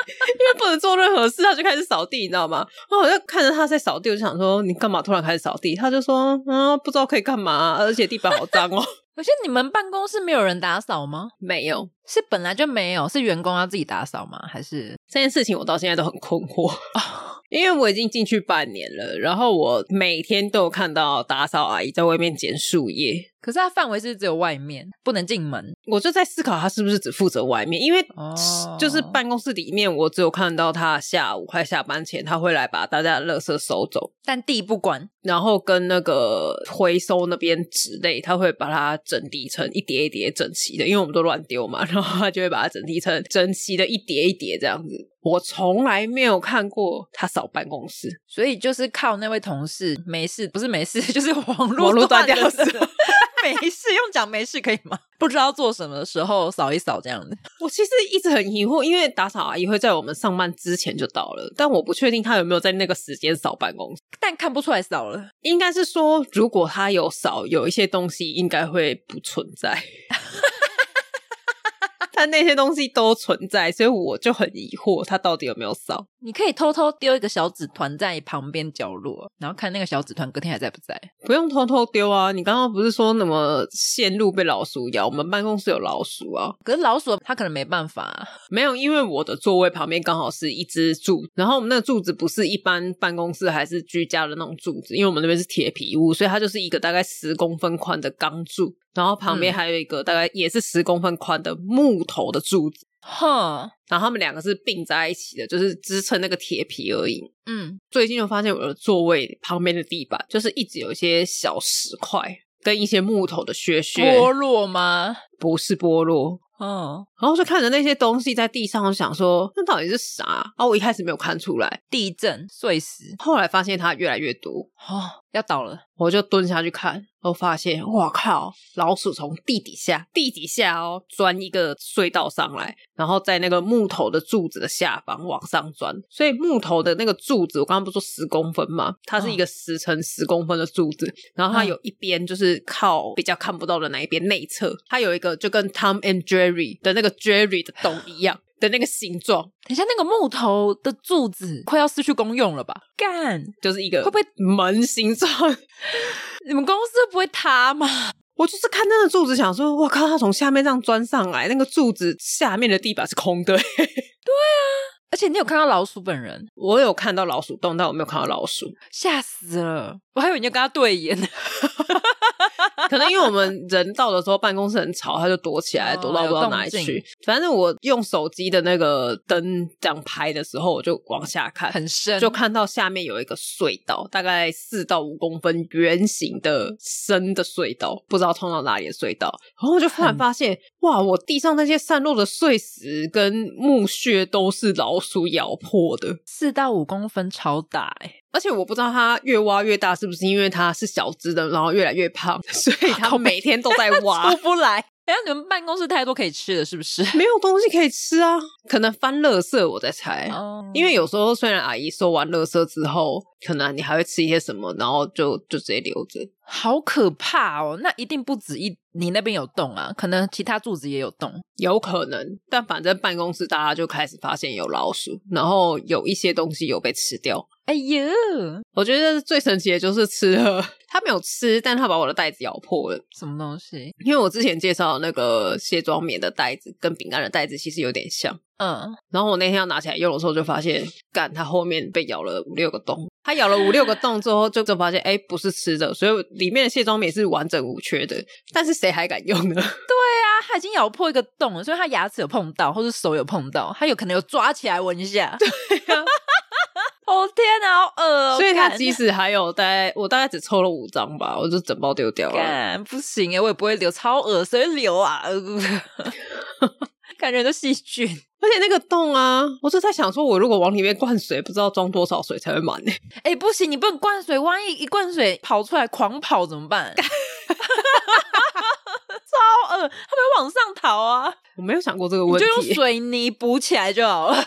Speaker 1: 为不能做任何事，他就开始扫地，你知道吗？然后我就看着他在扫地，我就想说：“你干嘛突然开始扫地？”他就说：“嗯，不知道可以干嘛、而且地板好脏哦。 [LAUGHS]
Speaker 2: 可是你们办公室没有人打扫吗？”
Speaker 1: 没有
Speaker 2: 是本来就没有，是员工要自己打扫吗？还是
Speaker 1: 这件事情，我到现在都很困惑。 [LAUGHS] 因为我已经进去半年了，然后我每天都有看到打扫阿姨在外面捡树叶，
Speaker 2: 可是它范围是不是只有外面，不能进门
Speaker 1: 我就在思考她是不是只负责外面，因为
Speaker 2: 哦
Speaker 1: 就是办公室里面，我只有看到她下午快下班前，她会来把大家的垃圾收走，
Speaker 2: 但地不管。
Speaker 1: 然后跟那个回收那边纸类，他会把它整理成一叠一叠整齐的，因为我们都乱丢嘛， [LAUGHS] 然后他就会把它整理成整齐的一叠一叠这样子。我从来没有看过他扫办公室，
Speaker 2: 所以就是靠那位同事没事，不是没事， [LAUGHS] 就是网
Speaker 1: 网络
Speaker 2: 络
Speaker 1: 断掉
Speaker 2: 的
Speaker 1: 的时候
Speaker 2: [LAUGHS] 没事用讲没事可以吗？不知道做什么的时候扫一扫这样的。
Speaker 1: 我其实一直很疑惑，因为打扫阿姨会在我们上班之前就到了，但我不确定她有没有在那个时间扫办公室。
Speaker 2: 但看不出来扫了，
Speaker 1: 应该是说，如果她有扫，有一些东西应该会不存在。 [LAUGHS] 但那些东西都存在，所以我就很疑惑，她到底有没有扫？
Speaker 2: 你可以偷偷丢一个小纸团在旁边角落，然后看那个小纸团隔天还在不在。
Speaker 1: 不用偷偷丢啊！你刚刚不是说什么线路被老鼠咬？我们办公室有老鼠啊。
Speaker 2: 可是老鼠它可能没办法、
Speaker 1: 没有，因为我的座位旁边刚好是一只柱，然后我们那个柱子不是一般办公室还是居家的那种柱子，因为我们那边是铁皮屋，所以它就是一个大概十公分宽的钢柱，然后旁边
Speaker 2: 嗯
Speaker 1: 还有一个大概也是十公分宽的木头的柱子，
Speaker 2: 哼，
Speaker 1: 然后它们两个是并在一起的，就是支撑那个铁皮而已。
Speaker 2: 嗯，
Speaker 1: 最近就发现我的座位旁边的地板就是一直有一些小石块跟一些木头的屑屑，
Speaker 2: 剥落吗？
Speaker 1: 不是剥落，
Speaker 2: 哦，
Speaker 1: 然后就看着那些东西在地上，我想说那到底是啥啊？啊我一开始没有看出来，
Speaker 2: 地震碎石，
Speaker 1: 后来发现它越来越多，
Speaker 2: 哦，要倒了，
Speaker 1: 我就蹲下去看，我发现哇靠，老鼠从地底下地底下哦钻一个隧道上来，然后在那个木头的柱子的下方往上钻，所以木头的那个柱子，我刚刚不是说十公分嘛，它是一个十乘十公分的柱子，然后它
Speaker 2: 嗯
Speaker 1: 有一边就是靠比较看不到的那一边内侧，它有一个就跟 Tom and Jerry 的那个 Jerry 的洞一样的那个形状，
Speaker 2: 等一下那个木头的柱子快要失去功用了吧？干，
Speaker 1: 就是一个
Speaker 2: 会不会
Speaker 1: 门形状？
Speaker 2: 你们公司不会塌吗？
Speaker 1: 我就是看那个柱子，想说，我靠，它从下面这样钻上来，那个柱子下面的地板是空的。 [LAUGHS]
Speaker 2: 而且你有看到老鼠本人，
Speaker 1: 我有看到老鼠洞，但我没有看到老鼠，
Speaker 2: 吓死了！我还以为你要跟他对眼，
Speaker 1: 可能因为我们人到的时候办公室很吵，它就躲起来，
Speaker 2: 哦
Speaker 1: 躲到不知道哪里
Speaker 2: 有动
Speaker 1: 去
Speaker 2: 静。
Speaker 1: 反正我用手机的那个灯这样拍的时候，我就往下看，
Speaker 2: 很深，
Speaker 1: 就看到下面有一个隧道，大概四到五公分圆形的深的隧道，不知道通到哪里的隧道。然后我就突然
Speaker 2: 很
Speaker 1: 发现，哇，我地上那些散落的碎石跟木屑都是老鼠咬破的，
Speaker 2: 四到五公分超大、欸，
Speaker 1: 而且我不知道它越挖越大，是不是因为它是小只的，然后越来越胖， [LAUGHS] 所以它每天都在挖
Speaker 2: 出。不来。哎，你们办公室太多可以吃的，是不 [LAUGHS] 是？
Speaker 1: 没有东西可以吃啊，可能翻垃圾，我在猜。
Speaker 2: 哦
Speaker 1: 因为有时候虽然阿姨收完垃圾之后，可能你还会吃一些什么，然后就就直接留着。
Speaker 2: 好可怕哦！那一定不止一，你那边有洞啊，可能其他柱子也有洞。
Speaker 1: 有可能，但反正办公室大家就开始发现有老鼠，然后有一些东西有被吃掉。
Speaker 2: 哎呦，
Speaker 1: 我觉得最神奇的就是吃了， [LAUGHS] 他没有吃，但他把我的袋子咬破了。
Speaker 2: 什么东西？
Speaker 1: 因为我之前介绍的那个卸妆棉的袋子跟饼干的袋子其实有点像，
Speaker 2: 嗯，
Speaker 1: 然后我那天要拿起来用的时候就发现，干，它后面被咬了五六个洞。它咬了五六个洞之后，就就发现，哎、不是吃的，所以里面的卸妆棉是完整无缺的。但是谁还敢用呢？
Speaker 2: 啊，它已经咬破一个洞了，所以它啊牙齿有碰到，或是手有碰到，它有可能有抓起来闻一下。 [LAUGHS] 哦天哪，好恶哦！
Speaker 1: 所以它
Speaker 2: 干
Speaker 1: 即使还有大概我大概只抽了五张吧，我就整包丢掉了。
Speaker 2: 干不行哎，我也不会流，超恶，谁会流啊？呃 [LAUGHS] 感觉都细菌。
Speaker 1: 而且那个洞啊，我就在想说，我如果往里面灌水，不知道装多少水才会满呢、
Speaker 2: 哎、不行，你不能灌水，万一一灌水跑出来狂跑怎么办？ [LAUGHS] 超恶，他们会往上逃啊！
Speaker 1: 我没有想过这个
Speaker 2: 你
Speaker 1: 问
Speaker 2: 就用
Speaker 1: 题，
Speaker 2: 水泥补起来就好了。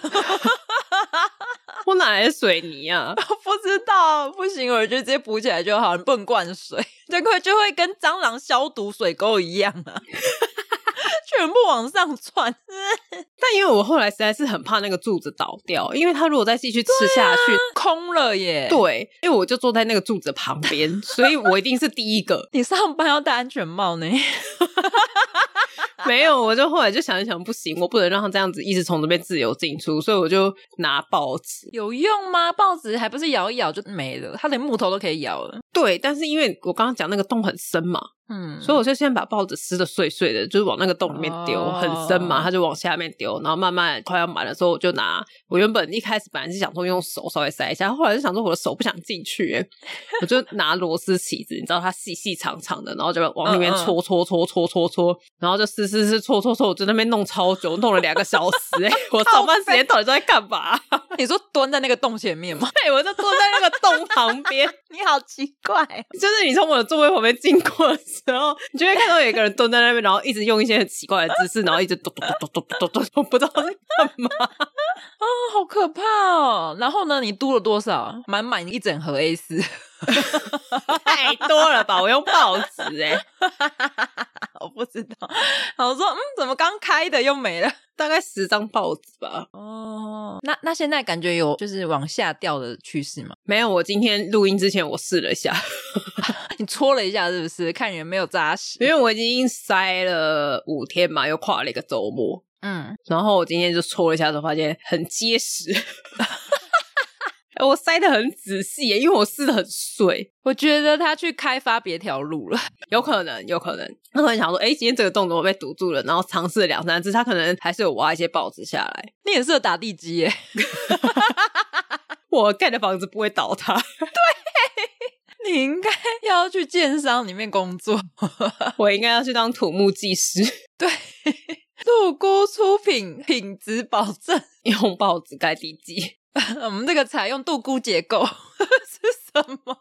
Speaker 2: [LAUGHS]
Speaker 1: 我哪来的水泥啊？
Speaker 2: 不知道，不行，我就直接补起来就好，你不能灌水， [LAUGHS] 这个就会跟蟑螂消毒水沟一样啊， [LAUGHS] 全部往上窜。
Speaker 1: 但因为我后来实在是很怕那个柱子倒掉，因为它如果再继续吃下去，
Speaker 2: 空了耶！
Speaker 1: 对，，因为我就坐在那个柱子旁边，所以我一定是第一
Speaker 2: [LAUGHS]
Speaker 1: 个。
Speaker 2: 你上班要戴安全帽呢。
Speaker 1: 没有，我就后来就想一想，不行，我不能让它这样子一直从这边自由进出，所以我就拿报纸。
Speaker 2: 有用吗？报纸还不是摇一摇就没了，它连木头都可以摇了。
Speaker 1: 对，但是因为我刚刚讲那个洞很深嘛，
Speaker 2: 嗯，
Speaker 1: 所以我就先把报纸撕的碎碎的，就是往那个洞里面丢，
Speaker 2: 哦
Speaker 1: 很深嘛，它就往下面丢，然后慢慢快要满的时候，我就拿我原本一开始本来是想说用手稍微塞一下，后来就想说我的手不想进去、欸 [LAUGHS] 我就拿螺丝起子，你知道它细细长长的，然后就往里面
Speaker 2: 嗯嗯
Speaker 1: 戳戳戳戳戳戳，然后就撕撕撕戳戳戳，我就在那边弄超久，弄了两个小时、欸， [LAUGHS] 我上班时间到底都在干嘛？ [LAUGHS]
Speaker 2: 你说蹲在那个洞前面吗？ [LAUGHS]
Speaker 1: 对，我就坐在那个洞旁边，
Speaker 2: 你好奇怪，哦
Speaker 1: 就是你从我的座位旁边经过的时候，你就会看到有一个人蹲在那边，然后一直用一些很奇怪的姿势，然后一直咚咚咚咚咚咚咚，不知道在干嘛。
Speaker 2: 哦，好可怕哦！然后呢，你嘟了多少？满满一整盒 A 四，
Speaker 1: 太多了吧？我用报纸哎、
Speaker 2: [LAUGHS]
Speaker 1: [LAUGHS]
Speaker 2: 我不知道。然后我说，嗯，怎么刚开的又没了？ [LAUGHS]
Speaker 1: 大概十张报纸吧。
Speaker 2: 哦，那那现在感觉有就是往下掉的趋势吗？ [LAUGHS]
Speaker 1: 没有，我今天录音之前我试了一下，
Speaker 2: 你戳了一下，是不是？看有没有扎
Speaker 1: 因
Speaker 2: 实。
Speaker 1: 为我已经塞了五天嘛，又跨了一个周末，
Speaker 2: 嗯，
Speaker 1: 然后我今天就搓了一下，就发现很结实。 [LAUGHS] 哎我塞的很仔细耶，因为我撕的很碎。
Speaker 2: 我觉得他去开发别条路了。 [LAUGHS]
Speaker 1: 有可能，有可能，他可能想说，哎、今天这个洞怎么被堵住了？然后尝试了两三次，他可能还是有挖一些报纸下来。
Speaker 2: 你也适合打地基耶。
Speaker 1: 我盖的房子不会倒塌， [LAUGHS]
Speaker 2: 你应该 [LAUGHS] 要去建商里面工作，
Speaker 1: 我应该要去当土木技师， [LAUGHS]
Speaker 2: 入估出品，品质保证。
Speaker 1: 用报纸盖地基。
Speaker 2: 我们这个采用度估结构 [LAUGHS] 是什么？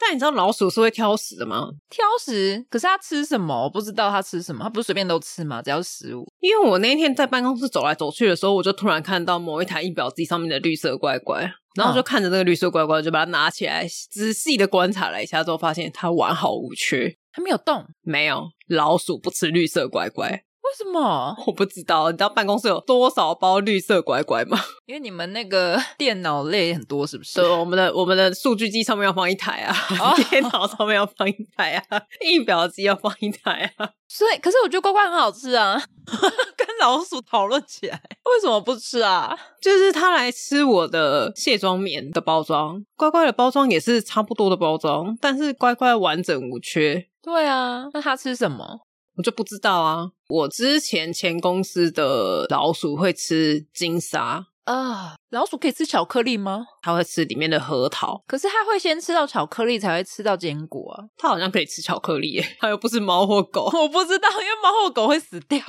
Speaker 1: 但你知道老鼠是会挑食的吗？
Speaker 2: 挑食，可是它吃什么？我不知道它吃什么，它不是随便都吃吗？只要是食物。
Speaker 1: 因为我那一天在办公室走来走去的时候，我就突然看到某一台印表机上面的绿色乖乖，然后我就看着那个绿色乖乖，就把它拿起来仔细的观察了一下，之后发现它完好无缺，
Speaker 2: 它没有动，
Speaker 1: 没有老鼠不吃绿色乖乖。
Speaker 2: 为什么？
Speaker 1: [LAUGHS] 我不知道，你知道办公室有多少包绿色乖乖吗？
Speaker 2: 因为你们那个 [LAUGHS] 电脑类很多，是不是
Speaker 1: 对，？ [LAUGHS] 哦我们的我们的数据机上面要放一台 [LAUGHS] 啊，
Speaker 2: 哦
Speaker 1: 电脑上面要放一台啊， [LAUGHS] 印表机要放一台啊。 [LAUGHS]
Speaker 2: 所以，可是我觉得乖乖很好吃啊。 [LAUGHS] 跟老鼠讨论起来，为什么不吃啊？
Speaker 1: 就是他来吃我的卸妆棉的包装，乖乖的包装也是差不多的包装，但是乖乖完整无缺，
Speaker 2: 对啊，那它吃什么？
Speaker 1: 我就不知道啊。我之前前公司的老鼠会吃金沙，
Speaker 2: 啊、老鼠可以吃巧克力吗？
Speaker 1: 它会吃里面的核桃，
Speaker 2: 可是它会先吃到巧克力，才会吃到坚果啊！
Speaker 1: 它好像可以吃巧克力耶，它又不是猫或狗。
Speaker 2: [LAUGHS] 我不知道，因为猫或狗会死掉，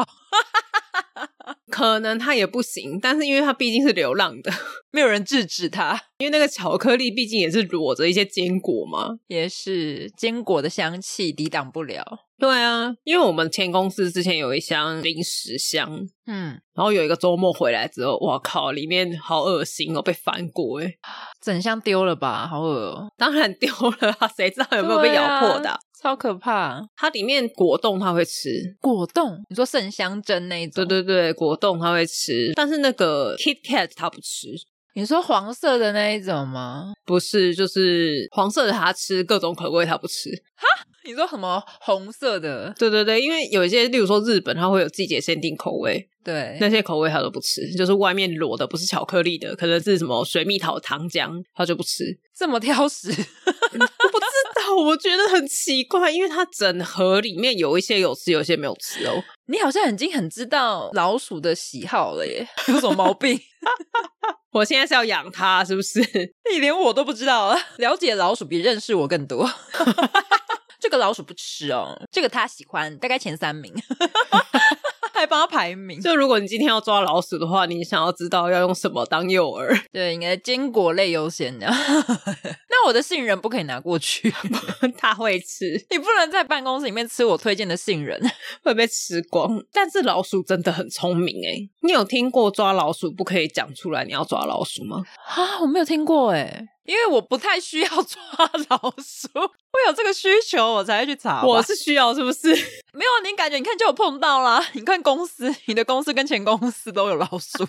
Speaker 1: 可能它也不行，但是因为它毕竟是流浪的，
Speaker 2: [LAUGHS] 没有人制止它。
Speaker 1: 因为那个巧克力毕竟也是裸着一些坚果嘛。
Speaker 2: 也是坚果的香气抵挡不了。
Speaker 1: 对啊，因为我们前公司之前有一箱零食箱，
Speaker 2: 嗯，
Speaker 1: 然后有一个周末回来之后，哇靠，里面好恶心哦，被翻过诶
Speaker 2: 整箱丢了吧，好恶、哦，
Speaker 1: 当然丢了啊，谁知道有没有被咬破的啊、
Speaker 2: 对啊超可怕。
Speaker 1: 它里面果冻它会吃，
Speaker 2: 果冻，你说圣香针那一种？
Speaker 1: 对，对对，果冻它会吃，但是那个 Kit Kat 它不吃，
Speaker 2: 你说黄色的那一种吗？
Speaker 1: 不是就是黄色的它吃，各种口味它不吃。
Speaker 2: 你说什么红色的？
Speaker 1: 对对对，因为有一些，例如说日本，它会有季节限定口味，
Speaker 2: 对，
Speaker 1: 那些口味他都不吃，就是外面裸的，不是巧克力的，可能是什么水蜜桃糖浆，他就不吃。 [LAUGHS]
Speaker 2: 这么挑食， [LAUGHS]
Speaker 1: 我不知道我觉得很奇怪，因为它整盒里面有一些有吃，有一些没有吃哦。
Speaker 2: 你好像已经很知道老鼠的喜好了耶， [LAUGHS] 有什么毛病？
Speaker 1: 我现在是要养它，是不是？ [LAUGHS]
Speaker 2: 你连我都不知道啊！了 [LAUGHS] 解老鼠比认识我更 [LAUGHS] 多。这个老鼠不吃哦，这个它喜欢，大概前三名， [LAUGHS] 还帮它排名。
Speaker 1: 就如果你今天要抓老鼠的话，你想要知道要用什么当诱饵？ [LAUGHS]
Speaker 2: 对，应该坚果类优先的。 [LAUGHS] 那我的杏仁不可以拿过去， [LAUGHS]
Speaker 1: 它会吃，
Speaker 2: 你不能在办公室里面吃我推荐的杏仁。
Speaker 1: 会被吃光。但是老鼠真的很聪明诶，你有听过抓老鼠不可以讲出来你要抓老鼠吗？
Speaker 2: 啊，我没有听过哎，因为我不太需要抓老鼠，我有这个需求我才会去查吧。
Speaker 1: 我是需要，是不是？
Speaker 2: 没有，啊你感觉你看就有碰到啦。你看公司，你的公司跟前公司都有老鼠。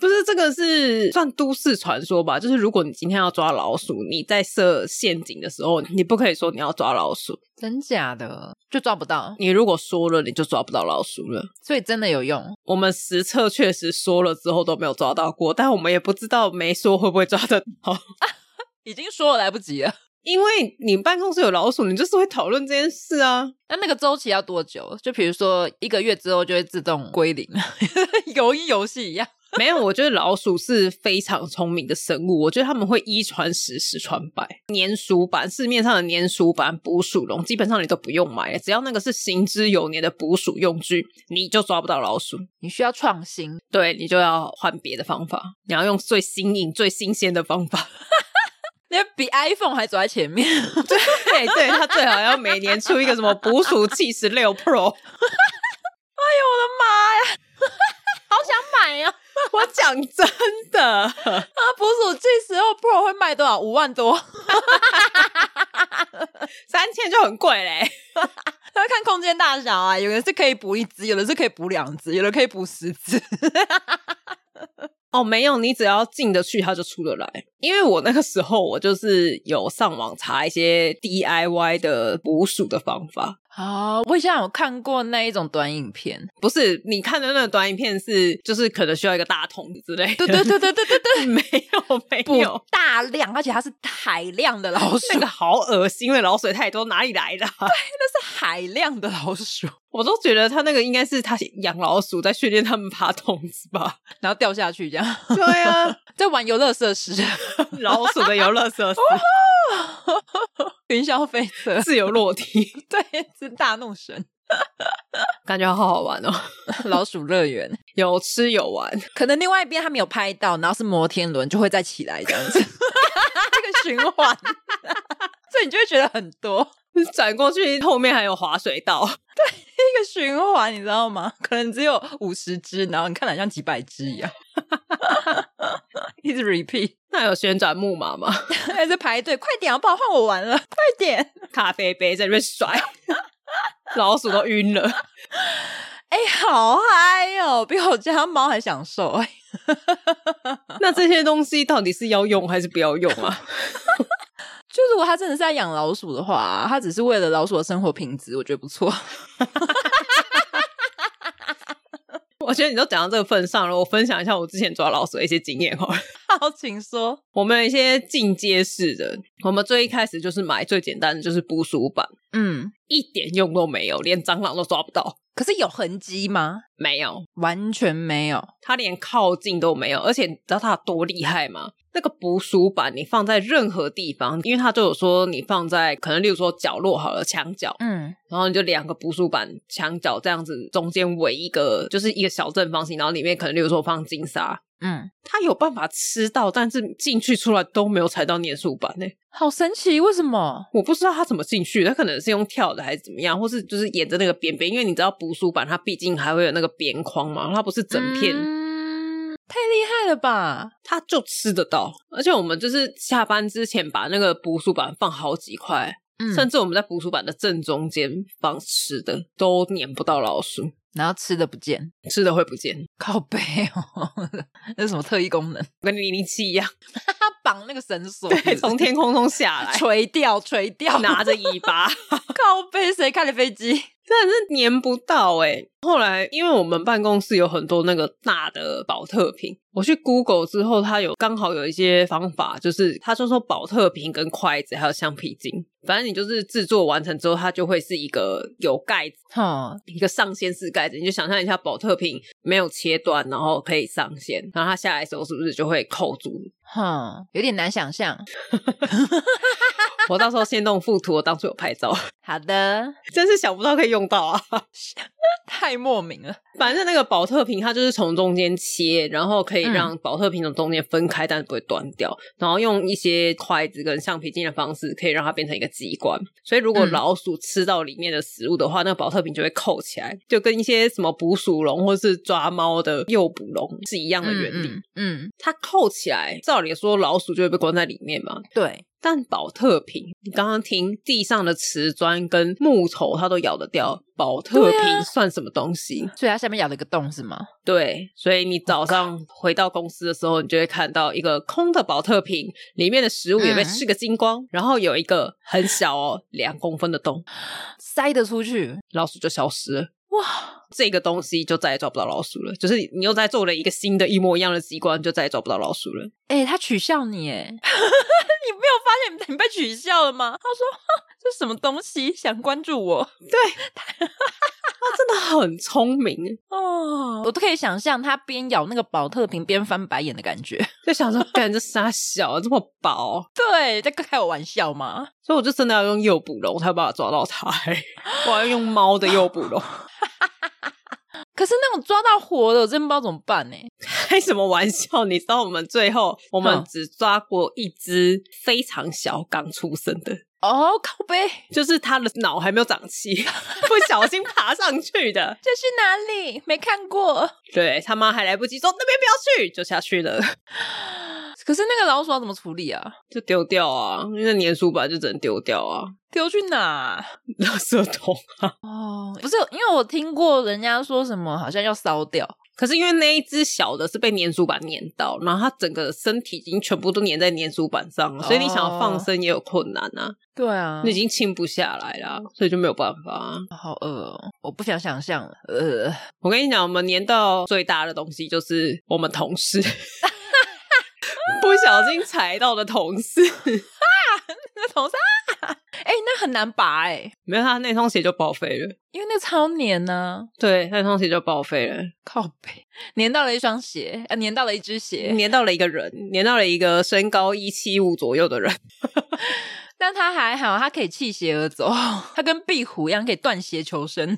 Speaker 1: 不是这个是算都市传说吧？就是如果你今天要抓老鼠，你在设陷阱的时候，你不可以说你要抓老鼠，
Speaker 2: 真假的就抓不到，
Speaker 1: 你如果说了，你就抓不到老鼠了。
Speaker 2: 所以真的有用。
Speaker 1: 我们实测确实说了之后都没有抓到过，但我们也不知道没说会不会抓得到， [LAUGHS]
Speaker 2: 已经说了来不及了。 [LAUGHS]
Speaker 1: 因为你办公室有老鼠，你就是会讨论这件事啊。
Speaker 2: 那那个周期要多久？就比如说一个月之后就会自动归零， [LAUGHS] 游一游戏一样。
Speaker 1: 没有，我觉得老鼠是非常聪明的生物，我觉得他们会一传十，十传百。粘鼠板市面上的粘鼠板、捕鼠笼，基本上你都不用买，只要那个是行之有年的捕鼠用具，你就抓不到老鼠。
Speaker 2: 你需要创新，
Speaker 1: 对你就要换别的方法，你要用最新颖、最新鲜的方法。 [LAUGHS]
Speaker 2: 你比 iPhone 还走在前面。 [LAUGHS]
Speaker 1: 对对，他最好要每年出一个什么捕鼠器十六 Pro。
Speaker 2: 哎呦我的妈呀！好想买呀、啊！ [LAUGHS]
Speaker 1: 我讲真的，
Speaker 2: 啊，捕鼠器十二 Pro 会卖多少？五万多， [LAUGHS]
Speaker 1: 三千就很贵嘞。
Speaker 2: 要看空间大小啊，有的是可以捕一只，有的是可以捕两只，有的可以捕十 [LAUGHS] 只。
Speaker 1: 哦，没有，你只要进得去，它就出得来。因为我那个时候，我就是有上网查一些 DIY 的捕鼠的方法。
Speaker 2: 啊、哦，我以前有看过那一种短影片，
Speaker 1: 不是你看的那个短影片是，就是可能需要一个大桶子之类的。
Speaker 2: 对对对对对对 [LAUGHS]
Speaker 1: [LAUGHS]
Speaker 2: 对，
Speaker 1: 没有没有
Speaker 2: 捕大量，而且它是海量的老鼠，
Speaker 1: 那个好恶心，因为老鼠太多，哪里来的、啊？
Speaker 2: 对，那是海量的老鼠，
Speaker 1: [LAUGHS]
Speaker 2: [LAUGHS]
Speaker 1: 我都觉得他那个应该是他养老鼠在训练他们爬桶子吧，
Speaker 2: 然后掉下去这样。 [LAUGHS]
Speaker 1: 对啊，
Speaker 2: 在玩游乐设施，
Speaker 1: [LAUGHS]
Speaker 2: [LAUGHS]
Speaker 1: 老鼠的游乐设施。
Speaker 2: 云霄飞车、 [LAUGHS]
Speaker 1: 自由落体，
Speaker 2: 对，是大怒神，
Speaker 1: [LAUGHS]
Speaker 2: [LAUGHS]
Speaker 1: 感觉好好玩哦！
Speaker 2: 老鼠乐园
Speaker 1: 有吃有玩，
Speaker 2: 可能另外一边他没有拍到，然后是摩天轮就会再起来这样子， [LAUGHS] 这个循环， [LAUGHS] 所以你就会觉得很多。
Speaker 1: [LAUGHS] 转过去后面还有滑水道，
Speaker 2: 对，一个循环，你知道吗？可能只有五十只，然后你看来像几百只一样， [LAUGHS] 一直 repeat。 [LAUGHS]
Speaker 1: 那有旋转木马吗？ [LAUGHS]
Speaker 2: 还在排队，快点好不好？换我玩了，快点！
Speaker 1: 咖啡杯在那边甩， [LAUGHS] 老鼠都晕了。
Speaker 2: 哎、欸，好嗨哦，比我家猫还享受哎、
Speaker 1: 欸。那这些东西到底是要用还是不要用啊？ [LAUGHS]
Speaker 2: 就如果他真的是在养老鼠的话、啊，他只是为了老鼠的生活品质，我觉得不错。
Speaker 1: 我觉得你都讲到这个份上了，我分享一下我之前抓老鼠的一些经验好了。 [LAUGHS]
Speaker 2: 好，请说。
Speaker 1: 我们有一些进阶式的，我们最一开始就是买最简单的，就是捕鼠板，
Speaker 2: 嗯，
Speaker 1: 一点用都没有，连蟑螂都抓不到。
Speaker 2: 可是有痕迹吗？
Speaker 1: 没有，
Speaker 2: 完全没有，
Speaker 1: 它连靠近都没有。而且你知道它有多厉害吗？那个捕鼠板你放在任何地方，因为它就有说你放在可能，例如说角落好了，墙角，
Speaker 2: 嗯，
Speaker 1: 然后你就两个捕鼠板墙角这样子，中间围一个就是一个小正方形，然后里面可能例如说放金沙，
Speaker 2: 嗯，
Speaker 1: 它有办法吃到，但是进去出来都没有踩到粘鼠板呢、欸。
Speaker 2: 好神奇，为什么？
Speaker 1: 我不知道它怎么进去，它可能是用跳的还是怎么样，或是就是沿着那个边边，因为你知道捕鼠板它毕竟还会有那个边框嘛，它不是整片。
Speaker 2: 嗯，太厉害了吧！
Speaker 1: 它就吃得到，而且我们就是下班之前把那个捕鼠板放好几块，
Speaker 2: 嗯、
Speaker 1: 甚至我们在捕鼠板的正中间放吃的，都撵不到老鼠。
Speaker 2: 然后吃的不见，
Speaker 1: 吃的会不见，
Speaker 2: [LAUGHS] 靠背哦，那什么特异功能？
Speaker 1: 跟零零七一样。
Speaker 2: 绑那个绳索，
Speaker 1: 对， [LAUGHS] 从天
Speaker 2: [LAUGHS]
Speaker 1: 空中下来，
Speaker 2: 垂掉垂掉，
Speaker 1: 拿着尾巴，
Speaker 2: [LAUGHS] 靠背，谁开的飞机？
Speaker 1: 真的是粘不到哎、后来因为我们办公室有很多那个大的保特瓶，我去 Google 之后，它有刚好有一些方法，就是他说说保特瓶跟筷子还有橡皮筋，反正你就是制作完成之后，它就会是一个有盖子。
Speaker 2: 哈，
Speaker 1: 一个上掀式盖子，你就想象一下保特瓶没有切断，然后可以上掀，然后它下来的时候是不是就会扣住？
Speaker 2: 哼，有点难想象。
Speaker 1: 我到时候先弄附图，我当初有拍照， [LAUGHS]
Speaker 2: 好的， [LAUGHS]
Speaker 1: 真是想不到可以用到啊！
Speaker 2: 太莫名了。
Speaker 1: 反正那个保特瓶它就是从中间切，然后
Speaker 2: 嗯
Speaker 1: 可以让保特瓶从中间分开，但是不会断掉。然后用一些筷子跟橡皮筋的方式，可以让它变成一个机关。所以如果
Speaker 2: 嗯
Speaker 1: 老鼠吃到里面的食物的话，那个保特瓶就会扣起来，就跟一些什么捕鼠笼或是抓猫的诱捕笼是一样的原理。
Speaker 2: 嗯嗯，嗯
Speaker 1: 它扣起来，照理说老鼠就会被关在里面嘛。
Speaker 2: 对，
Speaker 1: 但保特瓶，你刚刚听地上的瓷砖跟木头，它都咬得掉，保特
Speaker 2: 对啊
Speaker 1: 瓶算什么东西？
Speaker 2: 所以它下面咬了一个洞是吗？
Speaker 1: 对，所以你早上回到公司的时候，你就会看到一个空的保特瓶，里面的食物也被
Speaker 2: 嗯
Speaker 1: 吃个精光，然后有一个很小哦，两公分的洞，
Speaker 2: 塞得出去，
Speaker 1: 老鼠就消失了。
Speaker 2: 哇，
Speaker 1: 这个东西就再也抓不到老鼠了，就是你又再做了一个新的一模一样的机关，就再也抓不到老鼠了。
Speaker 2: 哎、他取笑你哎， [LAUGHS] 你没有发现你被取笑了吗？他说哈这什么东西想关注我
Speaker 1: 它真的很聪明，
Speaker 2: 哦，我都可以想象他边咬那个保特瓶边翻白眼的感觉。 [LAUGHS]
Speaker 1: 就想说，干这傻小啊这么薄，
Speaker 2: 对，在开我玩笑吗？
Speaker 1: 所以我就真的要用诱捕笼才有办法抓到它、欸， [LAUGHS] 我要用猫的诱捕笼，
Speaker 2: 可是那种抓到活的，我真不知道怎么办呢。
Speaker 1: 开什么玩笑？你知道我们最后我们
Speaker 2: 嗯
Speaker 1: 只抓过一只非常小刚出生的， [LAUGHS]
Speaker 2: 哦，靠背，
Speaker 1: 就是它的脑还没有长齐， [LAUGHS] 不小心爬上去的。 [LAUGHS]
Speaker 2: 这是哪里？没看过。
Speaker 1: 对他妈还来不及说那边不要去，就下去了， [LAUGHS]
Speaker 2: 可是那个老鼠要怎么处理啊？
Speaker 1: 就丢掉啊，因为粘鼠板就只能丢掉啊， [LAUGHS]
Speaker 2: 丢去哪？
Speaker 1: 垃圾桶。
Speaker 2: 哦，不是，因为我听过人家说什么，好像要烧掉。
Speaker 1: 可是因为那一只小的是被粘鼠板粘到，然后它整个身体已经全部都粘在粘鼠板上了，所以你想要放生也有困难啊，
Speaker 2: 对啊
Speaker 1: 你已经清不下来啦，所以就没有办法啊。
Speaker 2: 好饿哦，我不想想象了。呃， [LAUGHS]
Speaker 1: 我跟你讲，我们粘到最大的东西就是我们同事。不小心踩到的同事， [LAUGHS]
Speaker 2: 那头上，哎、那很难拔哎、
Speaker 1: 没有他那双鞋就报废了。
Speaker 2: 因为那超黏呢、
Speaker 1: 对，他那双鞋就报废了，
Speaker 2: 靠背 [LAUGHS] 黏到了一双鞋，啊，黏到了一只鞋，
Speaker 1: 粘到了一个人，粘到了一个身高一七五左右的人。
Speaker 2: 但它还好，它可以弃鞋而走， [LAUGHS] 它跟壁虎一样可以断鞋求生。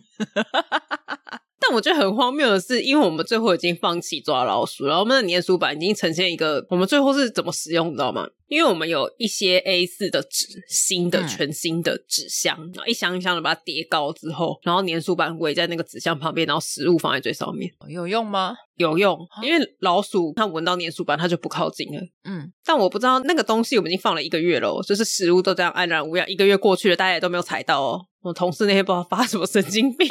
Speaker 1: 但我觉得很荒谬的是，因为我们最后已经放弃抓老鼠，然后我们的粘鼠板已经呈现一个，我们最后是怎么使用，你知道吗？因为我们有一些 A 四的纸，新的
Speaker 2: 嗯
Speaker 1: 全新的纸箱，然后一箱一箱的把它叠高之后，然后粘鼠板围在那个纸箱旁边，然后食物放在最上面，
Speaker 2: 有用吗？
Speaker 1: 有用，因为老鼠它闻到粘鼠板它就不靠近了。
Speaker 2: 嗯， [LAUGHS]
Speaker 1: 但我不知道那个东西我们已经放了一个月了哦，就是食物都这样安然无恙，一个月过去了，大家也都没有踩到哦。我同事那天不知道发什么神经病，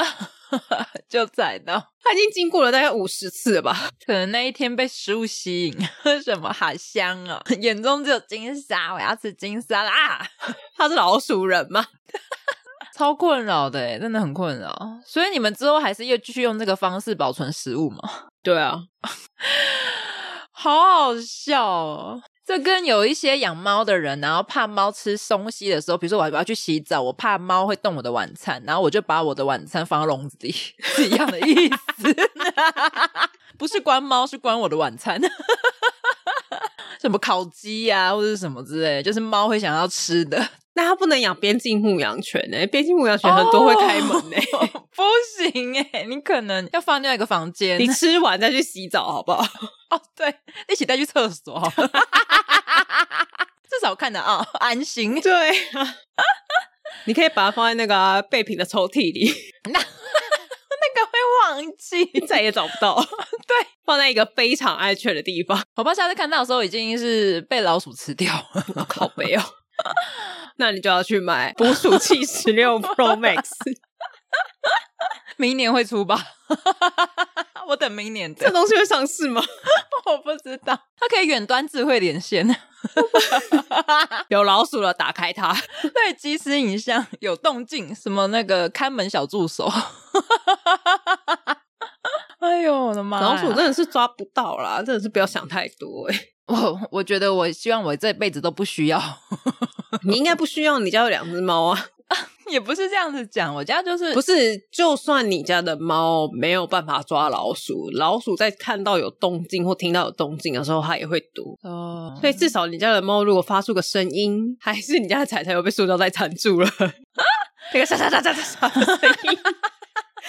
Speaker 2: 就宰到。
Speaker 1: 他已经经过了大概五十次了吧。
Speaker 2: 可能那一天被食物吸引，喝什么好香哦，眼中只有金沙，我要吃金沙啦，
Speaker 1: 他是老鼠人吗？
Speaker 2: 超困扰的欸耶，真的很困扰。所以你们之后还是又继续用这个方式保存食物吗？ [LAUGHS]
Speaker 1: 对啊，
Speaker 2: 好好笑哦！这跟有一些养猫的人，然后怕猫吃东西的时候，比如说我要去洗澡，我怕猫会动我的晚餐，然后我就把我的晚餐放到笼子里， [LAUGHS] 是一样的意思。 [LAUGHS] 不是关猫，是关我的晚餐。 [LAUGHS] 什么烤鸡呀、或者是什么之类，就是猫会想要吃的。 [LAUGHS]
Speaker 1: 那他不能养边境牧羊犬呢、边境牧羊犬很多会开门呢、
Speaker 2: 哦不行哎、你可能要放另外一个房
Speaker 1: [LAUGHS]
Speaker 2: 间。
Speaker 1: 你吃完再去洗澡好不 [LAUGHS] 好？
Speaker 2: 哦，对，一起带去厕所 [LAUGHS] 好了，至少看得啊、安心。
Speaker 1: 对啊，你可以把它放在那个啊备品的抽屉里， [LAUGHS]
Speaker 2: 那个会忘记。
Speaker 1: 再也找不到。 [LAUGHS] 对，放在一个非常安全的地方，
Speaker 2: 我爸下次看到的时候已经是被老鼠吃掉了。
Speaker 1: 靠背哦。那你就要去买捕鼠器十 [LAUGHS] 六 Pro Max，
Speaker 2: 明年会出吧？我等明年
Speaker 1: 这
Speaker 2: 的，
Speaker 1: 东西会上市吗？ [LAUGHS]
Speaker 2: 我不知道，它可以远端智慧连线，
Speaker 1: 有老鼠了，打开它。
Speaker 2: 对，即时影像有动静，什么那个看门小助手。 [LAUGHS] 哎呦我的妈呀！
Speaker 1: 老鼠真的是抓不到啦，真的是不要想太多、 [LAUGHS] 欸。
Speaker 2: 我我觉得我希望我这辈子都不需要，
Speaker 1: 你应该不需要你家有两只猫啊，
Speaker 2: 也不是这样子讲，我家就
Speaker 1: [LAUGHS]
Speaker 2: 是
Speaker 1: 不是？就算你家的猫没有办法抓老鼠，老鼠在看到有动静或听到有动静的时候，它也会躲。
Speaker 2: 哦，
Speaker 1: 所以至少你家的猫如果发出个声音，还是你家的彩彩又被塑胶袋缠住了，那个沙沙沙沙沙沙的声音，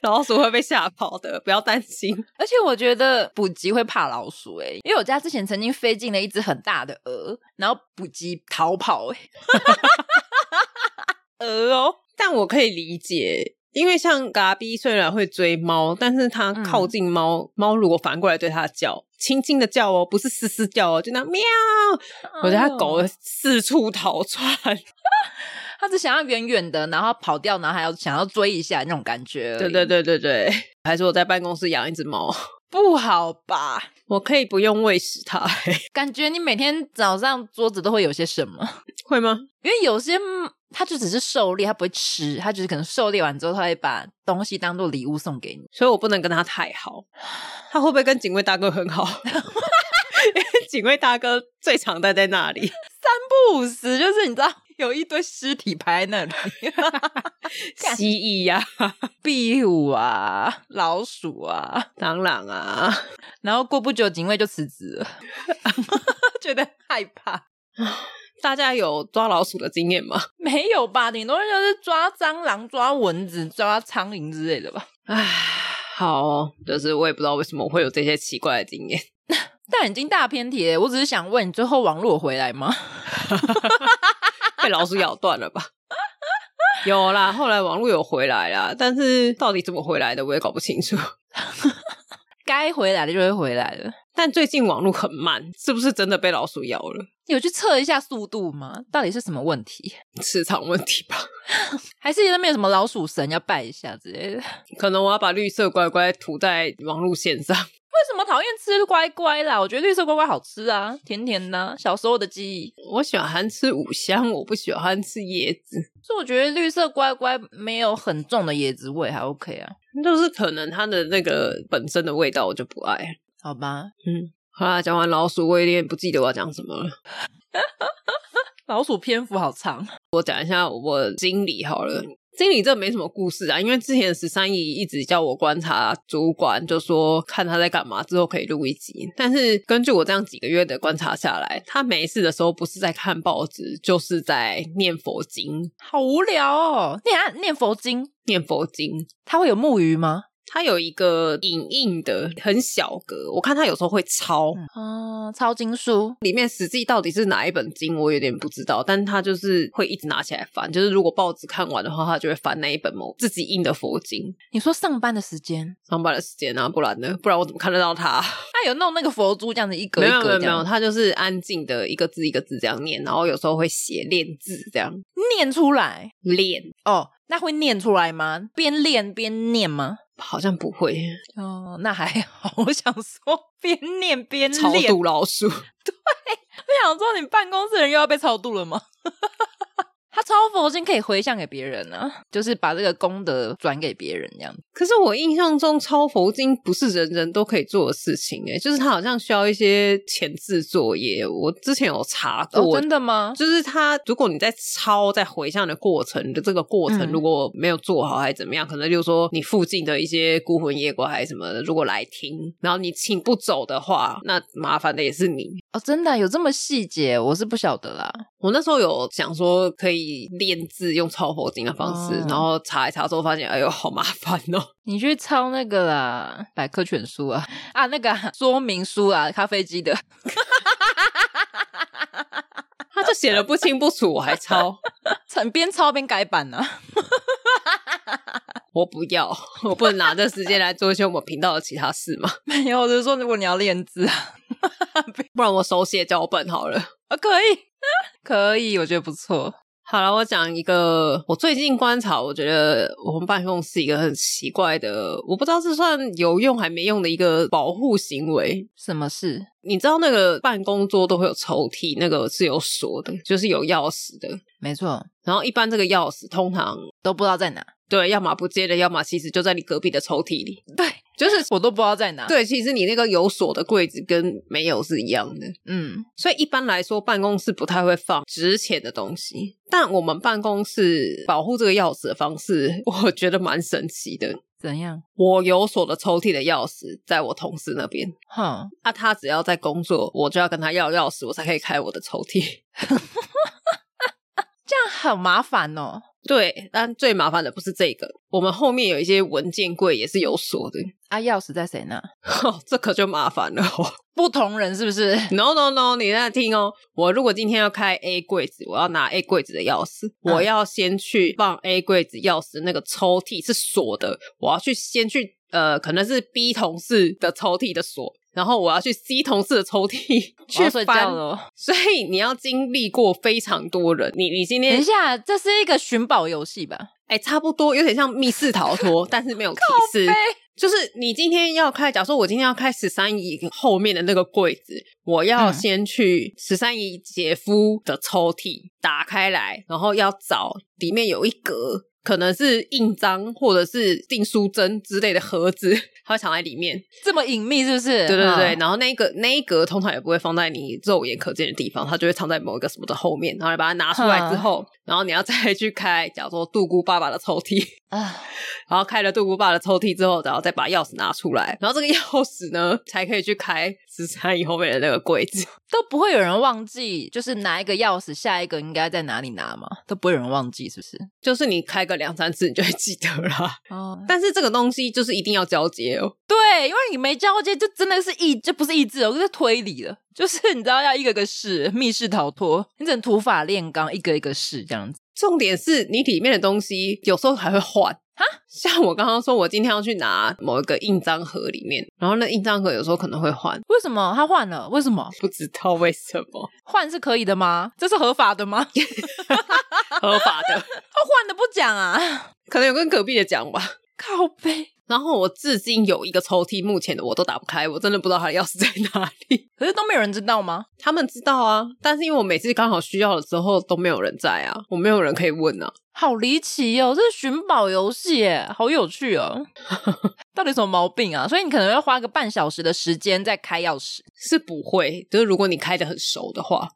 Speaker 1: 老鼠会被吓跑的，不要担心。
Speaker 2: 而且我觉得捕鸡会怕老鼠诶、因为我家之前曾经飞进了一只很大的鹅，然后捕鸡逃跑欸诶、鹅哦，
Speaker 1: 呃但我可以理解，因为像嘎比虽然会追猫，但是它靠近猫，猫如果反过来对它叫，轻轻的叫哦，不是嘶嘶叫哦，就那喵。 [LAUGHS] 我觉得它狗
Speaker 2: 哎呦
Speaker 1: 四处逃窜，
Speaker 2: 它只想要远远的，然后跑掉，然后还要想要追一下那种感觉，
Speaker 1: 对对，对对对， [LAUGHS] 还是我在办公室养一只猫，
Speaker 2: 不好吧？
Speaker 1: 我可以不用喂食它、 [LAUGHS] 欸
Speaker 2: 感觉你每天早上桌子都会有些什么？ [LAUGHS]
Speaker 1: 会吗？
Speaker 2: 因为有些嗯它就只是狩猎，它不会吃，它就是可能狩猎完之后，它会把东西当做礼物送给你。
Speaker 1: 所以我不能跟它太好，它会不会跟警卫大哥很好？ [LAUGHS] 因为警卫大哥最常待在那里，
Speaker 2: 不五十就是你知道有一堆尸体排在那里，干
Speaker 1: 蜥蜴呀、
Speaker 2: 壁虎啊、老鼠啊，
Speaker 1: 螳螂啊，
Speaker 2: 然后过不久警卫就辞职了， [LAUGHS] 觉得害怕。
Speaker 1: 大家有抓老鼠的经验吗？
Speaker 2: 没有吧？顶多就是抓蟑螂、抓蚊子、抓苍蝇之类的吧。
Speaker 1: 唉，好哦、就是我也不知道为什么我会有这些奇怪的经验。
Speaker 2: 但已经大偏题了，我只是想问你，最后网络回来吗？ [LAUGHS]
Speaker 1: 被老鼠咬断了吧？ [LAUGHS] 有啦，后来网络有回来啦，但是到底怎么回来的我也搞不清楚。
Speaker 2: 该回来的就会回来了。
Speaker 1: 但最近网络很慢，是不是真的被老鼠咬了？
Speaker 2: 有去测一下速度吗？到底是什么问题？
Speaker 1: 磁场问题吧？
Speaker 2: 还是那边有什么老鼠神要拜一下之类的？为
Speaker 1: 可能我要把绿色乖乖涂在网路线上。
Speaker 2: 什么讨厌吃乖乖啦？我觉得绿色乖乖好吃啊，甜甜的啊、小时候的记忆，
Speaker 1: 我喜欢吃五香，我不喜欢吃椰子，
Speaker 2: 所以我觉得绿色乖乖没有很重的椰子味，还 OK 啊？
Speaker 1: 就是可能它的那个本身的味道我就不爱。
Speaker 2: 好吧，
Speaker 1: 好啦，讲完老鼠，我有点不记得我要讲什么了。
Speaker 2: 老鼠篇幅好长，
Speaker 1: 我讲一下我经理好了。经理这没什么故事啊，因为之前十三姨一直叫我观察主管，就说看他在干嘛，之后可以录一集。但是根据我这样几个月的观察下来，他没事的时候不是在看报纸，就是在念佛经，
Speaker 2: 好无聊哦。念啊念佛经，
Speaker 1: 念佛经。
Speaker 2: 它会有木鱼吗？
Speaker 1: 他有一个影印的很小格，我看他有时候会抄，
Speaker 2: 哦、抄经书，
Speaker 1: 里面实际到底是哪一本经，我有点不知道，但他就是会一直拿起来翻，就是如果报纸看完的话，他就会翻那一本某自己印的佛经。
Speaker 2: 你说上班的时间，
Speaker 1: 上班的时间啊，不然呢？不然我怎么看得到 [LAUGHS] 他？
Speaker 2: 它有弄那个佛珠这样子一格
Speaker 1: 没
Speaker 2: 一
Speaker 1: 有没
Speaker 2: 格
Speaker 1: 有
Speaker 2: 这
Speaker 1: 没有，
Speaker 2: 样
Speaker 1: 他就是安静的一个字一个字这样念，然后有时候会写练字这样
Speaker 2: 念出来
Speaker 1: 练，
Speaker 2: 哦。那会念出来吗？边练边念吗？
Speaker 1: 好像不会
Speaker 2: 哦，那还好。我想说，边念边
Speaker 1: 超
Speaker 2: 练。
Speaker 1: 度老鼠，
Speaker 2: 我想说，你办公室人又要被超度了吗？ [LAUGHS] 他超佛经可以回向给别人呢、啊，就是把这个功德转给别人这样。
Speaker 1: [LAUGHS] 可是我印象中抄佛经不是人人都可以做的事情诶、就是他好像需要一些前置作业，我之前有查过。
Speaker 2: 哦，真的吗？
Speaker 1: 就是他，如果你在抄、在回向的过程的这个过程，
Speaker 2: 嗯
Speaker 1: 如果没有做好还是怎么样，可能就是说你附近的一些孤魂野鬼还是什么的，如果来听，然后你请不走的话，那麻烦的也是你。
Speaker 2: 哦，真的啊有这么细节，我是不晓得啦。
Speaker 1: 我那时候有想说可以练字，用抄佛经的方式，
Speaker 2: 哦
Speaker 1: 然后查一查之后发现，哎呦，好麻烦哦。 [LAUGHS]
Speaker 2: 你去抄那个啦，百科全书啊啊，那个啊、说明书啊，咖啡机的。 [LAUGHS]
Speaker 1: 他就写的不清不楚，我还抄，
Speaker 2: 边抄边改版呢、啊， [LAUGHS]
Speaker 1: 我不要，我不能拿这时间来做一些我们频道的其他事嘛，
Speaker 2: 没有，我就是说，如果你要练字啊，
Speaker 1: 不然我手写脚本好了。
Speaker 2: [LAUGHS] 啊可以，可以，我觉得不错。
Speaker 1: 好了，我讲一个，我最近观察，我觉得我们办公室一个很奇怪的，我不知道是算有用还没用的一个保护行为。
Speaker 2: 什么事？
Speaker 1: 你知道那个办公桌都会有抽屉，那个是有锁的，就是有钥匙的。
Speaker 2: 没错，
Speaker 1: 然后一般这个钥匙通常
Speaker 2: 都不知道在哪。
Speaker 1: 对，要么不接的，要么其实就在你隔壁的抽屉里。
Speaker 2: 对，
Speaker 1: 就是
Speaker 2: 我都不知道在哪。，
Speaker 1: 对，其实你那个有锁的柜子跟没有是一样的。
Speaker 2: 嗯，
Speaker 1: 所以一般来说，办公室不太会放值钱的东西。但我们办公室保护这个钥匙的方式，我觉得蛮神奇的。
Speaker 2: 怎样？
Speaker 1: 我有锁的抽屉的钥匙在我同事那边，
Speaker 2: 哼，
Speaker 1: 啊，他只要在工作，我就要跟他要钥匙，我才可以开我的抽屉。 [LAUGHS]
Speaker 2: 这样很麻烦哦。
Speaker 1: 对，但最麻烦的不是这个，我们后面有一些文件柜也是有锁的， [LAUGHS]
Speaker 2: 啊，钥匙在谁那？
Speaker 1: 哦、这可就麻烦了、哦。
Speaker 2: 不同人是不是？
Speaker 1: No no no！你在听哦。我如果今天要开 A 柜子，我要拿 A 柜子的钥匙，
Speaker 2: 嗯
Speaker 1: 我要先去放 A 柜子钥匙那个抽屉是锁的，我要去先去呃，可能是 B 同事的抽屉的锁，然后我要去 C 同事的抽屉 [LAUGHS]
Speaker 2: 我
Speaker 1: [LAUGHS] 去
Speaker 2: 要睡
Speaker 1: 翻
Speaker 2: 觉。了哦。
Speaker 1: 所以你要经历过非常多人，你你今
Speaker 2: 等
Speaker 1: 天
Speaker 2: 一下，这是一个寻宝游戏吧？
Speaker 1: 哎、差不多有点像密室逃
Speaker 2: [LAUGHS]
Speaker 1: 脱，但是没有提示
Speaker 2: 哎。，
Speaker 1: 就是你今天要开，假如说我今天要开十三姨后面的那个柜子，我要
Speaker 2: 嗯
Speaker 1: 先去十三姨姐夫的抽屉打开来，然后要找里面有一格，可能是印章或者是订书针之类的盒子，它会藏在里面。
Speaker 2: 这么隐秘是不是？
Speaker 1: 对对对，
Speaker 2: 嗯
Speaker 1: 然后那一个那一格通常也不会放在你肉眼可见的地方，它就会藏在某一个什么的后面，然后你把它拿出来
Speaker 2: 嗯
Speaker 1: 之后，然后你要再去开，假如说杜姑爸爸的抽屉。
Speaker 2: 啊，
Speaker 1: 然后开了杜姑爸的抽屉之后，然后再把钥匙拿出来，然后这个 [LAUGHS] 钥匙呢，才可以去开十三姨后面的那个柜子。 [LAUGHS]
Speaker 2: 都不会有人忘记，就是拿一个钥匙，下一个应该在哪里拿嘛？都不会有人忘记，是不是？
Speaker 1: 就是你开个两三次，你就会记得啦。
Speaker 2: 哦，
Speaker 1: 但是这个东西就是一定要交接哦。
Speaker 2: 对，因为你没交接，就真的是意，这不是意志哦，这是推理了。 [LAUGHS] 就是你知道要一个一个试，密室逃脱，你只能土法炼钢，一个一个试这样子。
Speaker 1: 重点是你里面的东西有时候还会换
Speaker 2: 哈，
Speaker 1: 像我刚刚说，我今天要去拿某一个印章盒里面，然后那印章盒有时候可能会换，
Speaker 2: 为什么他换了？为什么
Speaker 1: 不知道为什么
Speaker 2: 换是可以的吗？这是合法的吗？他
Speaker 1: 合法的， [LAUGHS]
Speaker 2: 换的不讲啊，
Speaker 1: 可能有跟隔壁的讲吧。
Speaker 2: [LAUGHS] 靠背。
Speaker 1: 然后我至今有一个抽屉，目前的我都打不开，我真的不知道它的钥匙在哪里。
Speaker 2: 可是都没有人知道吗？
Speaker 1: 他们知道啊，但是因为我每次刚好需要的时候都没有人在啊，我没有人可以问啊。
Speaker 2: 好离奇哦，这是寻宝游戏耶，好有趣哦。 [LAUGHS] 到底什么毛病啊？所以你可能要花个半小时的时间在开钥匙，
Speaker 1: 是不会，就是如果你开的很熟的话，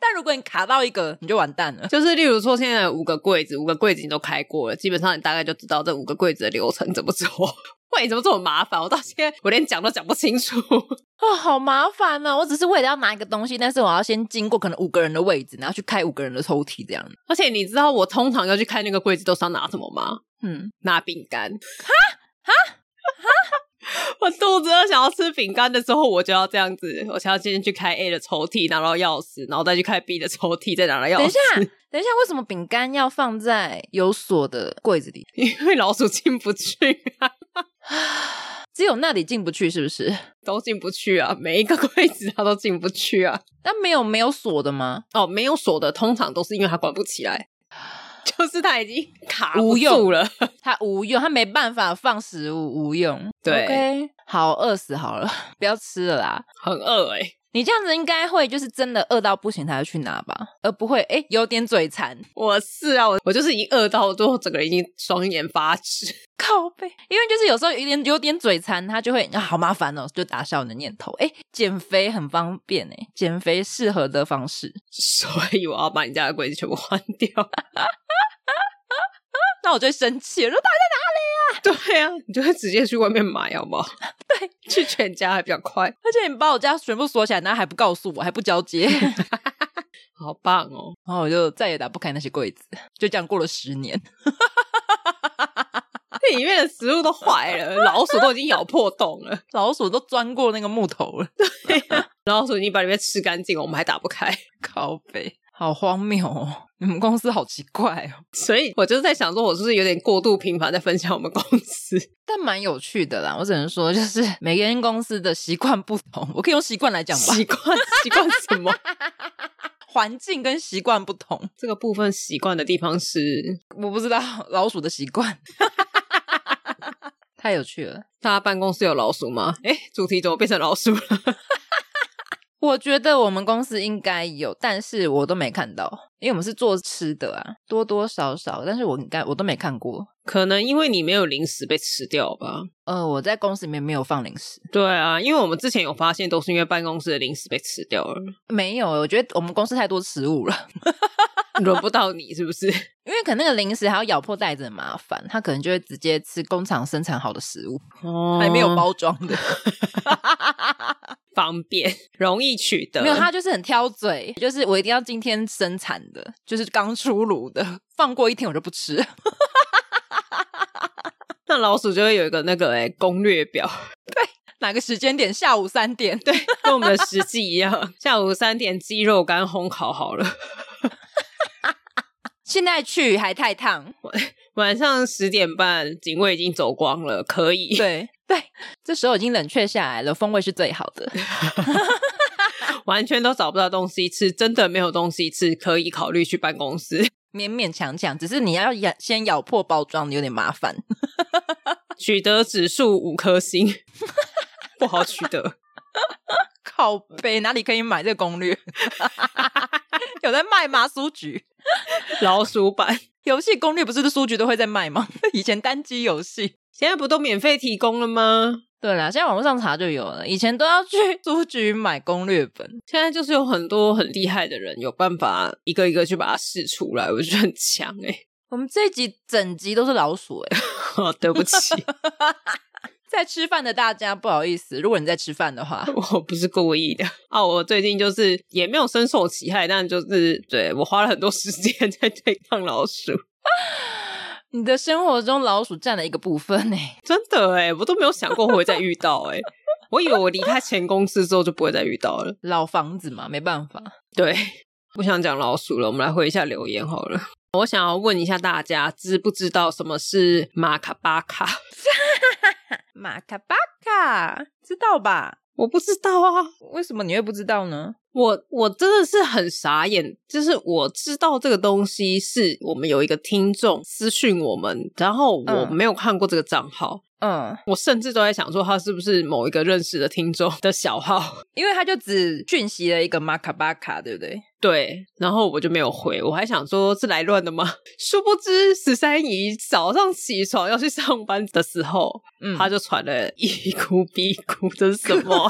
Speaker 2: 但如果你卡到一个，你就完蛋了。
Speaker 1: 就是例如说现在有五个柜子，五个柜子你都开过了，基本上你大概就知道这五个柜子的流程怎么做。 [LAUGHS] 喂，怎么这么麻烦？我到现在我连讲都讲不清楚。 [LAUGHS]
Speaker 2: 哦，好麻烦哦！我只是为了要拿一个东西，但是我要先经过可能五个人的位置，然后去开五个人的抽屉，这样。
Speaker 1: 而且你知道我通常要去开那个柜子都是要拿什么吗？
Speaker 2: 嗯，
Speaker 1: 拿饼干。哈哈哈！ [LAUGHS] 我肚子饿，想要吃饼干的时候，我就要这样子，我想要先去开 A 的抽屉，拿到钥匙，然后再去开 B 的抽屉，再拿到钥匙。
Speaker 2: 等一下，等一下，为什么饼干要放在有锁的柜子里？
Speaker 1: 因为老鼠进不去啊，
Speaker 2: 只有那里进不去，是不是？
Speaker 1: 都进不去啊，每一个 [LAUGHS] 柜子它都进不去啊。
Speaker 2: 但没有没有锁的吗？
Speaker 1: 哦，没有锁的，通常都是因为它关不起来， [LAUGHS] 就是它已经卡不
Speaker 2: 无
Speaker 1: 住
Speaker 2: 用
Speaker 1: 了。
Speaker 2: 它无用，它没办法放食物，无用。
Speaker 1: 对
Speaker 2: OK，好，饿死好了， [LAUGHS] 不要吃了啦。
Speaker 1: 很饿哎、
Speaker 2: 你这样子应该会就是真的饿到不行才会去拿吧，而不会哎、诶有点嘴馋。
Speaker 1: 我是啊，我我就是已经饿到，最后整个人已经双眼发直。
Speaker 2: 靠背，因为就是有时候有点有点嘴馋，他就会啊好麻烦哦，就打消你的念头。哎，减肥很方便哎，减肥适合的方式。
Speaker 1: [LAUGHS]
Speaker 2: [LAUGHS]
Speaker 1: 所以我要把你家的柜子全部换掉。
Speaker 2: 那我就会生气，我说大
Speaker 1: [LAUGHS] 对啊，你就会直接去外面买，好不好？对，去全家还比较快，
Speaker 2: 而且你把我家全部锁起来，然后还不告诉我，还不交接， [LAUGHS] 然
Speaker 1: 好棒哦！
Speaker 2: 后我就再也打不开那些柜子。就这样过了十年， [LAUGHS]
Speaker 1: 那里面的食物都坏了， [LAUGHS] 老鼠都已经咬破洞了，
Speaker 2: 老鼠都钻过那个木头了，
Speaker 1: 老鼠已经把里面吃干净了，我们还打不开。 [LAUGHS]
Speaker 2: [LAUGHS] 靠背，好荒谬哦！你们公司好奇怪哦，
Speaker 1: 所以我就是在想说，我是不是有点过度频繁在分享我们公司？
Speaker 2: 但蛮有趣的啦。我只能说，就是每个人公司的习惯不同，我可以用习惯来讲吧。
Speaker 1: 习惯习惯什么？
Speaker 2: 环境跟习惯不同。
Speaker 1: [LAUGHS] 这个部分习惯的地方是，
Speaker 2: 我不知道老鼠的习惯， [LAUGHS] 太有趣了。
Speaker 1: 大家办公室有老鼠吗？哎，主题怎么变成老鼠了？ [LAUGHS]
Speaker 2: 我觉得我们公司应该有，但是我都没看到，因为我们是做吃的啊，多多少少，但是我应该我都没看过。
Speaker 1: 可能因为你没有零食被吃掉吧。
Speaker 2: 呃，我在公司里面没有放零食，
Speaker 1: 对啊，因为我们之前有发现，都是因为办公室的零食被吃掉了，
Speaker 2: 没有。我觉得我们公司太多食物了，
Speaker 1: 轮不到你是不是？ [LAUGHS]
Speaker 2: 因为可能那个零食还要咬破袋子很麻烦，他可能就会直接吃工厂生产好的食物，
Speaker 1: 哦
Speaker 2: 还没有包装的。
Speaker 1: 方便，容易取得。
Speaker 2: [LAUGHS] 没有，他就是很挑嘴，就是我一定要今天生产的，就是刚出炉的，放过一天我就不吃。
Speaker 1: 那老鼠就会有一个那个哎、攻略表，
Speaker 2: [LAUGHS] 哪个时间点？下午三点。 [LAUGHS]
Speaker 1: 对，跟我们的实际一样。 [LAUGHS] 下午三点鸡肉干烘烤好了，
Speaker 2: 现在去还太烫。
Speaker 1: 晚上十点半警卫已经走光了，可以。
Speaker 2: 对对，这时候已经冷却下来了，风味是最好的。
Speaker 1: 完全都找不到东西吃，真的没有东西吃，可以考虑去办公室
Speaker 2: 勉勉强强，只是你要咬先咬破包装，有点麻烦。 [LAUGHS]
Speaker 1: 取得指数五颗星， [LAUGHS] 不好取得。
Speaker 2: 靠背哪里可以买这个攻略？ [LAUGHS] 有在卖吗？书局
Speaker 1: 老鼠版
Speaker 2: 游戏攻略不是书局都会在卖吗？ [LAUGHS] 以前单机游戏。
Speaker 1: 现在不都免费提供了吗？
Speaker 2: 对啦，现在网络上查就有了，以前都要去 [LAUGHS] 书局买攻略本。
Speaker 1: 现在就是有很多很厉害的人，有办法一个一个去把它试出来，我觉得很强哎、
Speaker 2: 我们这一集整集都是老鼠 [LAUGHS] 哎、
Speaker 1: [LAUGHS] 哦，对不 [LAUGHS] 起，
Speaker 2: 在吃饭的大家不好意思，如果你在吃饭的话， [LAUGHS]
Speaker 1: 我不是故意的啊！我最近就是也没有深受其害，但就是对我花了很多时间在对抗老鼠，
Speaker 2: 你的生活中老鼠占了一个部分哎、
Speaker 1: 真的哎、我都没有想过会再遇到哎、我以为我离开前公司之后就不会再遇到了。
Speaker 2: 老房子嘛，没办法。
Speaker 1: 对，不想讲老鼠了，我们来回一下留言好了。我想要问一下大家，知不知道什么是马卡巴卡？
Speaker 2: 马卡巴卡，知道吧？
Speaker 1: 我不知道啊，
Speaker 2: 为什么你会不知道呢？
Speaker 1: 我我真的是很傻眼，就是我知道这个东西是我们有一个听众私讯我们，然后我
Speaker 2: 嗯
Speaker 1: 没有看过这个账号，
Speaker 2: 嗯，
Speaker 1: 我甚至都在想说他是不是某一个认识的听众的小号。
Speaker 2: 因为他就只讯息了一个马卡巴卡，对不对？
Speaker 1: 对，然后我就没有回，我还想说是来乱的吗？ [LAUGHS] 殊不知十三姨早上起床要去上班的时候，
Speaker 2: 嗯
Speaker 1: 他就传了一哭逼哭，这是什
Speaker 2: [LAUGHS]
Speaker 1: 么？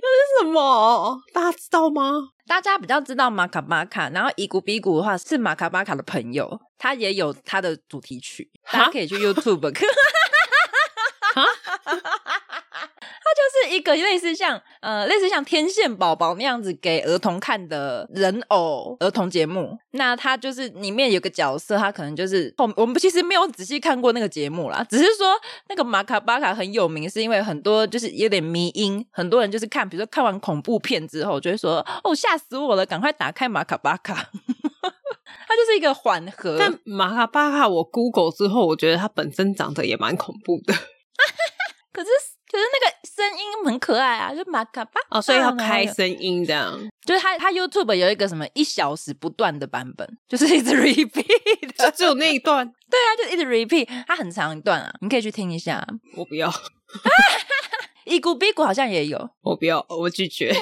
Speaker 1: 这是什么？大家知道吗？
Speaker 2: 大家比较知道马卡巴卡，然后伊古比古的话是马卡巴卡的朋友，他也有他的主题曲，
Speaker 1: 哈
Speaker 2: 大家可以去 YouTube 看。它就是一个类似像呃类似像天线宝宝那样子给儿童看的人偶儿童节目。那它就是里面有个角色，他可能就是后我们其实没有仔细看过那个节目啦，只是说那个马卡巴卡很有名，是因为很多就是有点迷因，很多人就是看，比如说看完恐怖片之后，就会说哦吓死我了，赶快打开马卡巴卡。 [LAUGHS] 它就是一个缓和，
Speaker 1: 但马卡巴卡，我 Google 之后，我觉得它本身长得也蛮恐怖的
Speaker 2: 可是可是那个声音很可爱啊，就马卡巴
Speaker 1: 哦，所以 [LAUGHS] 要
Speaker 2: 然后
Speaker 1: 开
Speaker 2: 有
Speaker 1: 声音这样，
Speaker 2: 就是他他 YouTube 有一个什么一小时不断的版本，就是一直 [LAUGHS] repeat
Speaker 1: [LAUGHS] 就
Speaker 2: 的，
Speaker 1: 只有那一段，
Speaker 2: 对 [LAUGHS] 啊，就一直 repeat，它很长一段啊，你可以去听一下。
Speaker 1: 我不要， [LAUGHS]
Speaker 2: 一股比股好像也有，
Speaker 1: 我不要，我拒 [LAUGHS] 绝。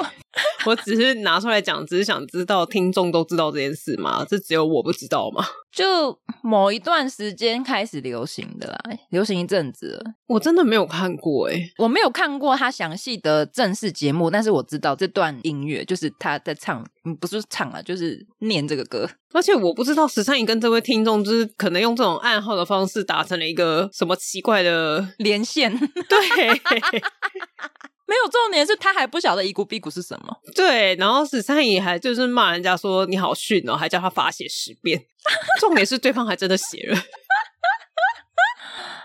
Speaker 1: 我只是拿出来讲，只是想知道听众都知道这件事吗？这只有我不知道吗？
Speaker 2: 就某一段时间开始流行的啦，流行一阵子了。
Speaker 1: 我真的没有看过哎、
Speaker 2: 我没有看过他详细的正式节目，但是我知道这段音乐就是他在唱，嗯不是唱啊，就是念这个歌。
Speaker 1: 而且我不知道十三姨跟这位听众就是可能用这种暗号的方式达成了一个什么奇怪的 [LAUGHS]
Speaker 2: 连线 [LAUGHS] 没
Speaker 1: 对
Speaker 2: 有重点是他还不晓得一股比股是什么，
Speaker 1: 对，然后十三姨还就是骂人家说你好逊哦，还叫他罚写十遍， [LAUGHS] 重点是对方还真的写了。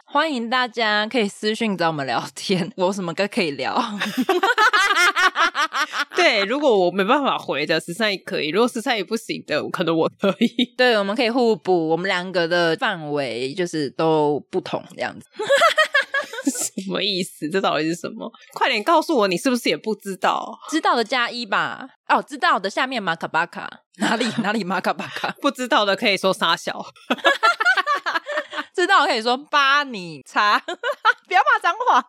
Speaker 2: 欢迎大家可以私讯找我们聊天，我有什么歌可以聊？
Speaker 1: 对，如果我没办法回的十三也可以，如果十三也不行的，可能我可以。 [LAUGHS]
Speaker 2: 对，我们可以互补，我们两个的范围就是都不同这样子。
Speaker 1: 十什么意思？这到底是什么？快点告诉我，你是不是也不知道？
Speaker 2: 知道的加一吧。哦，知道的下面马卡巴卡哪里哪里马卡巴卡， [LAUGHS]
Speaker 1: 不知道的可以说傻小。
Speaker 2: 知道可以说巴你叉， [LAUGHS] 不要骂脏话，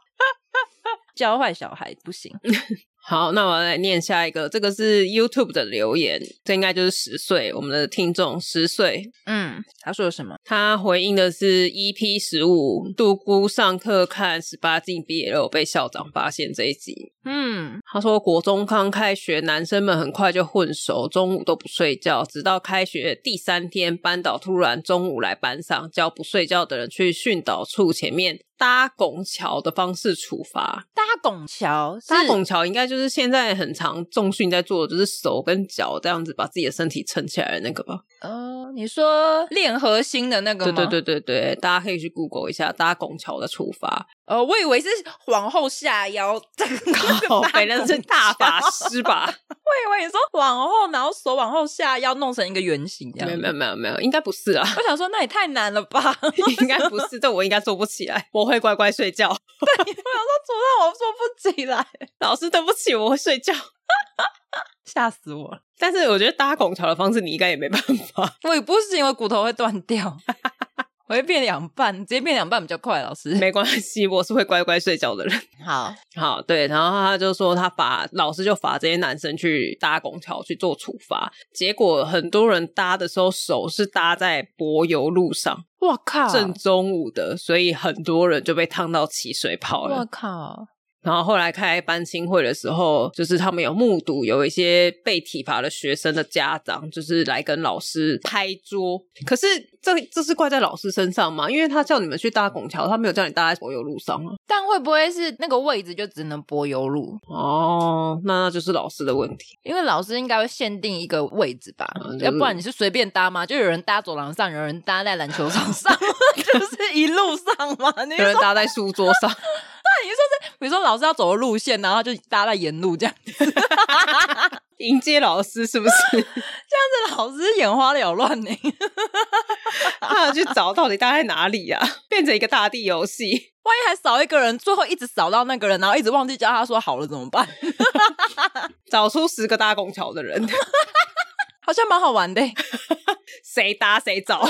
Speaker 2: 教坏小孩不行。
Speaker 1: 好，那我来念下一个，这个是 YouTube 的留言，这应该就是十岁我们的听众十岁，
Speaker 2: 嗯，他说什么？
Speaker 1: 他回应的是 EP 十五杜姑上课看十八禁 BL 被校长发现这一集。
Speaker 2: 嗯，
Speaker 1: 他说国中刚开学，男生们很快就混熟，中午都不睡觉，直到开学第三天，班导突然中午来班上，叫不睡觉的人去训导处前面搭拱桥的方式处罚。
Speaker 2: 搭拱桥是
Speaker 1: 搭拱桥应该就是现在很常重训在做的，就是手跟脚这样子把自己的身体撑起来的那个吧。
Speaker 2: 哦，你说练核心的那个吗？
Speaker 1: 对对对对对，大家可以去 Google 一下搭拱桥的处罚。
Speaker 2: 哦，我以为是往后下腰， [LAUGHS] 这个
Speaker 1: 哦， [LAUGHS] 反正是大法
Speaker 2: 我
Speaker 1: 师吧？
Speaker 2: 以为你说往后，然后手往后下腰，弄成一个圆形这
Speaker 1: [LAUGHS]
Speaker 2: 样
Speaker 1: 没。有没有没有没有，应该不是啊， [LAUGHS]
Speaker 2: 我想说，那也太难了吧！ [LAUGHS] 我想说，
Speaker 1: 应该不是，这我应该做不起来，我会乖乖睡觉。
Speaker 2: 主任我做不起来，
Speaker 1: 老师，对不起，我会睡觉。
Speaker 2: 吓死我了！
Speaker 1: 但是我觉得搭拱桥的方式，你应该也没办法。 [LAUGHS]
Speaker 2: 我也不行，我骨头会断掉， [LAUGHS] 我会变两半，直接变两半比较快。老师，
Speaker 1: 没关系，我是会乖乖睡觉的人。
Speaker 2: 好，
Speaker 1: 好，对，然后他就说他罚老师就罚这些男生去搭拱桥去做处罚，结果很多人搭的时候手是搭在柏油路上，
Speaker 2: 我靠，
Speaker 1: 正中午的，所以很多人就被烫到起水泡了
Speaker 2: 我。靠，
Speaker 1: 然后后来开班亲会的时候，就是他们有目睹有一些被体罚的学生的家长，就是来跟老师拍桌。可是这这是怪在老师身上吗？因为他叫你们去搭拱桥，他没有叫你搭在柏油路上啊。
Speaker 2: 但会不会是那个位置就只能柏油路？
Speaker 1: 哦，那那就是老师的问题。
Speaker 2: 因为老师应该会限定一个位置吧，
Speaker 1: 嗯就是
Speaker 2: 要不然你是随便搭吗？就有人搭走廊上，有人搭在篮球场 [LAUGHS] 上，就是一路上嘛。你
Speaker 1: 有
Speaker 2: 说，
Speaker 1: 人搭在书桌上，
Speaker 2: 比如说老师要走的路线，然后他就搭在沿路这样，
Speaker 1: 迎接老师是不 [LAUGHS] 是？
Speaker 2: 这样子老师眼花缭乱呢。
Speaker 1: 他啊要去找到底搭在哪里呀、啊？变成一个大地游戏。
Speaker 2: 万一还少一个人，最后一直少到那个人，然后一直忘记叫他说好了怎么办？
Speaker 1: 找出十个搭拱桥的人， [LAUGHS]
Speaker 2: 好像蛮好玩的欸，
Speaker 1: 谁搭谁找。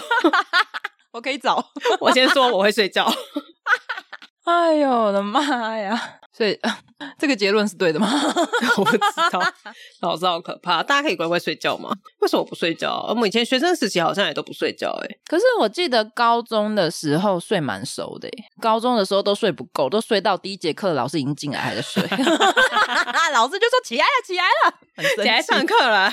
Speaker 1: [LAUGHS]
Speaker 2: 我可以找。
Speaker 1: 我先说我会睡觉。
Speaker 2: 哎呦我的妈呀！所以这个结论是对的吗？
Speaker 1: [LAUGHS]
Speaker 2: [LAUGHS]
Speaker 1: 我不知道，老师好可怕。大家可以乖乖睡觉吗？为什么不睡觉啊？我们以前学生时期好像也都不睡觉、欸，哎，
Speaker 2: 可是我记得高中的时候睡蛮熟的耶，高中的时候都睡不够，都睡到第一节课老师已经进来还在睡， [LAUGHS] 老师就说起来了，起来了，很生
Speaker 1: 起来上
Speaker 2: 气。
Speaker 1: 课
Speaker 2: [LAUGHS]
Speaker 1: 了，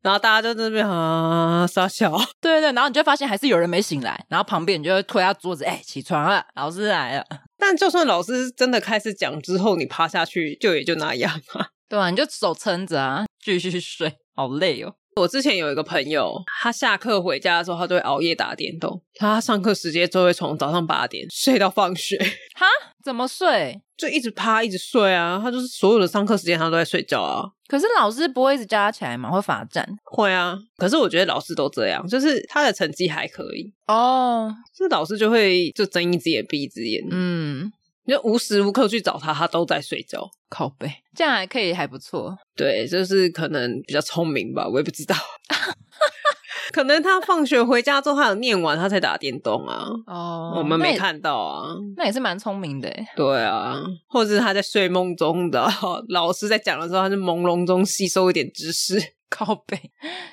Speaker 1: 然后大家就在那边啊傻笑，
Speaker 2: 对对，然后你就发现还是有人没醒来，然后旁边你就会推他桌子，哎、起床了，老师来了。
Speaker 1: 但就算老师真的开始讲之后，你趴下去就也就那样
Speaker 2: [LAUGHS]
Speaker 1: 啊。
Speaker 2: 对啊，你就手撑着啊，继续睡，好累哦。
Speaker 1: 我之前有一个朋友，他下课回家的时候，他都会熬夜打电动。他上课时间就会从早上八点睡到放学， [LAUGHS]
Speaker 2: 哈，怎么睡？
Speaker 1: 就一直趴一直睡啊。他就是所有的上课时间他都在睡觉啊。
Speaker 2: 可是老师不会一直叫他起来吗？会罚站
Speaker 1: 会啊，可是我觉得老师都这样，就是他的成绩还可以，
Speaker 2: 哦。
Speaker 1: 这老师就会就睁一只眼闭一只眼，
Speaker 2: 嗯，
Speaker 1: 你就无时无刻去找他，他都在睡觉。
Speaker 2: 靠背，这样还可以，还不错。
Speaker 1: 对，就是可能比较聪明吧，我也不知
Speaker 2: [LAUGHS]
Speaker 1: 道。可能他放学回家之后，他有念完，他才打电动啊。
Speaker 2: 哦
Speaker 1: 我们没，看到啊，
Speaker 2: 那也是蛮聪明的欸耶。
Speaker 1: 对啊，或者是他在睡梦中的老师在讲的时候，他是朦胧中吸收一点知识。
Speaker 2: 靠背，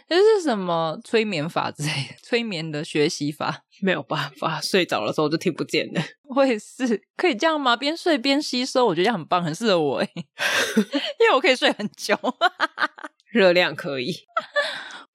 Speaker 2: 这是什么催眠法之类的？催眠的学习法？
Speaker 1: 没有办法，睡着的时候就听不见了。
Speaker 2: 我也是，可以这样吗？边睡边吸收，我觉得这样很棒，很适合我哎， [LAUGHS] 因为我可以睡很久。
Speaker 1: 热量可以，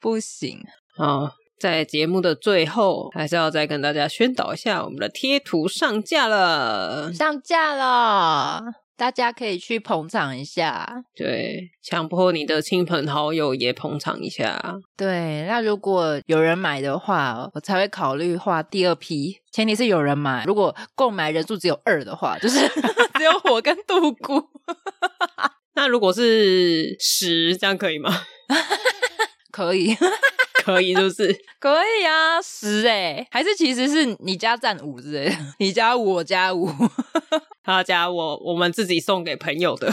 Speaker 2: 不行，
Speaker 1: 啊，在节目的最后，还是要再跟大家宣导一下，我们的贴图上架了。
Speaker 2: 上架了，大家可以去捧场一下。
Speaker 1: 对，强迫你的亲朋好友也捧场一下。
Speaker 2: 对，那如果有人买的话，我才会考虑画第二批，前提是有人买。如果购买人数只有二的话，就是 [LAUGHS] 只有我跟杜姑，
Speaker 1: [LAUGHS] 那如果是十，这样可以吗？
Speaker 2: 可以， [LAUGHS]
Speaker 1: 可以，就是 [LAUGHS]
Speaker 2: 可以啊，十哎、还是其实是你家占五之类的，你加五我加五， [LAUGHS]
Speaker 1: 他家我我们自己送给朋友的，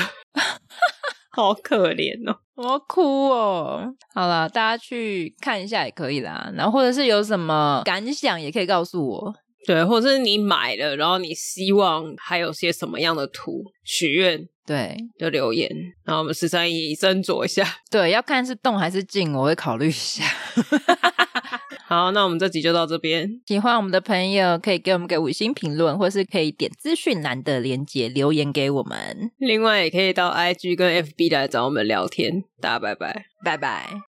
Speaker 1: [LAUGHS] 好可怜哦。
Speaker 2: 我要哭哦！好了，大家去看一下也可以啦，然后或者是有什么感想也可以告诉我。
Speaker 1: 对，或者是你买了，然后你希望还有些什么样的图许愿
Speaker 2: 对
Speaker 1: 的留言，然后我们十三姨斟酌一下。
Speaker 2: 对，要看是动还是静，我会考虑一下。
Speaker 1: 好，那我们这集就到这边，
Speaker 2: 喜欢我们的朋友可以给我们给五星评论，或是可以点资讯栏的连接留言给我们。
Speaker 1: 另外也可以到 IG 跟 FB 来找我们聊天。大家拜拜。
Speaker 2: 拜拜。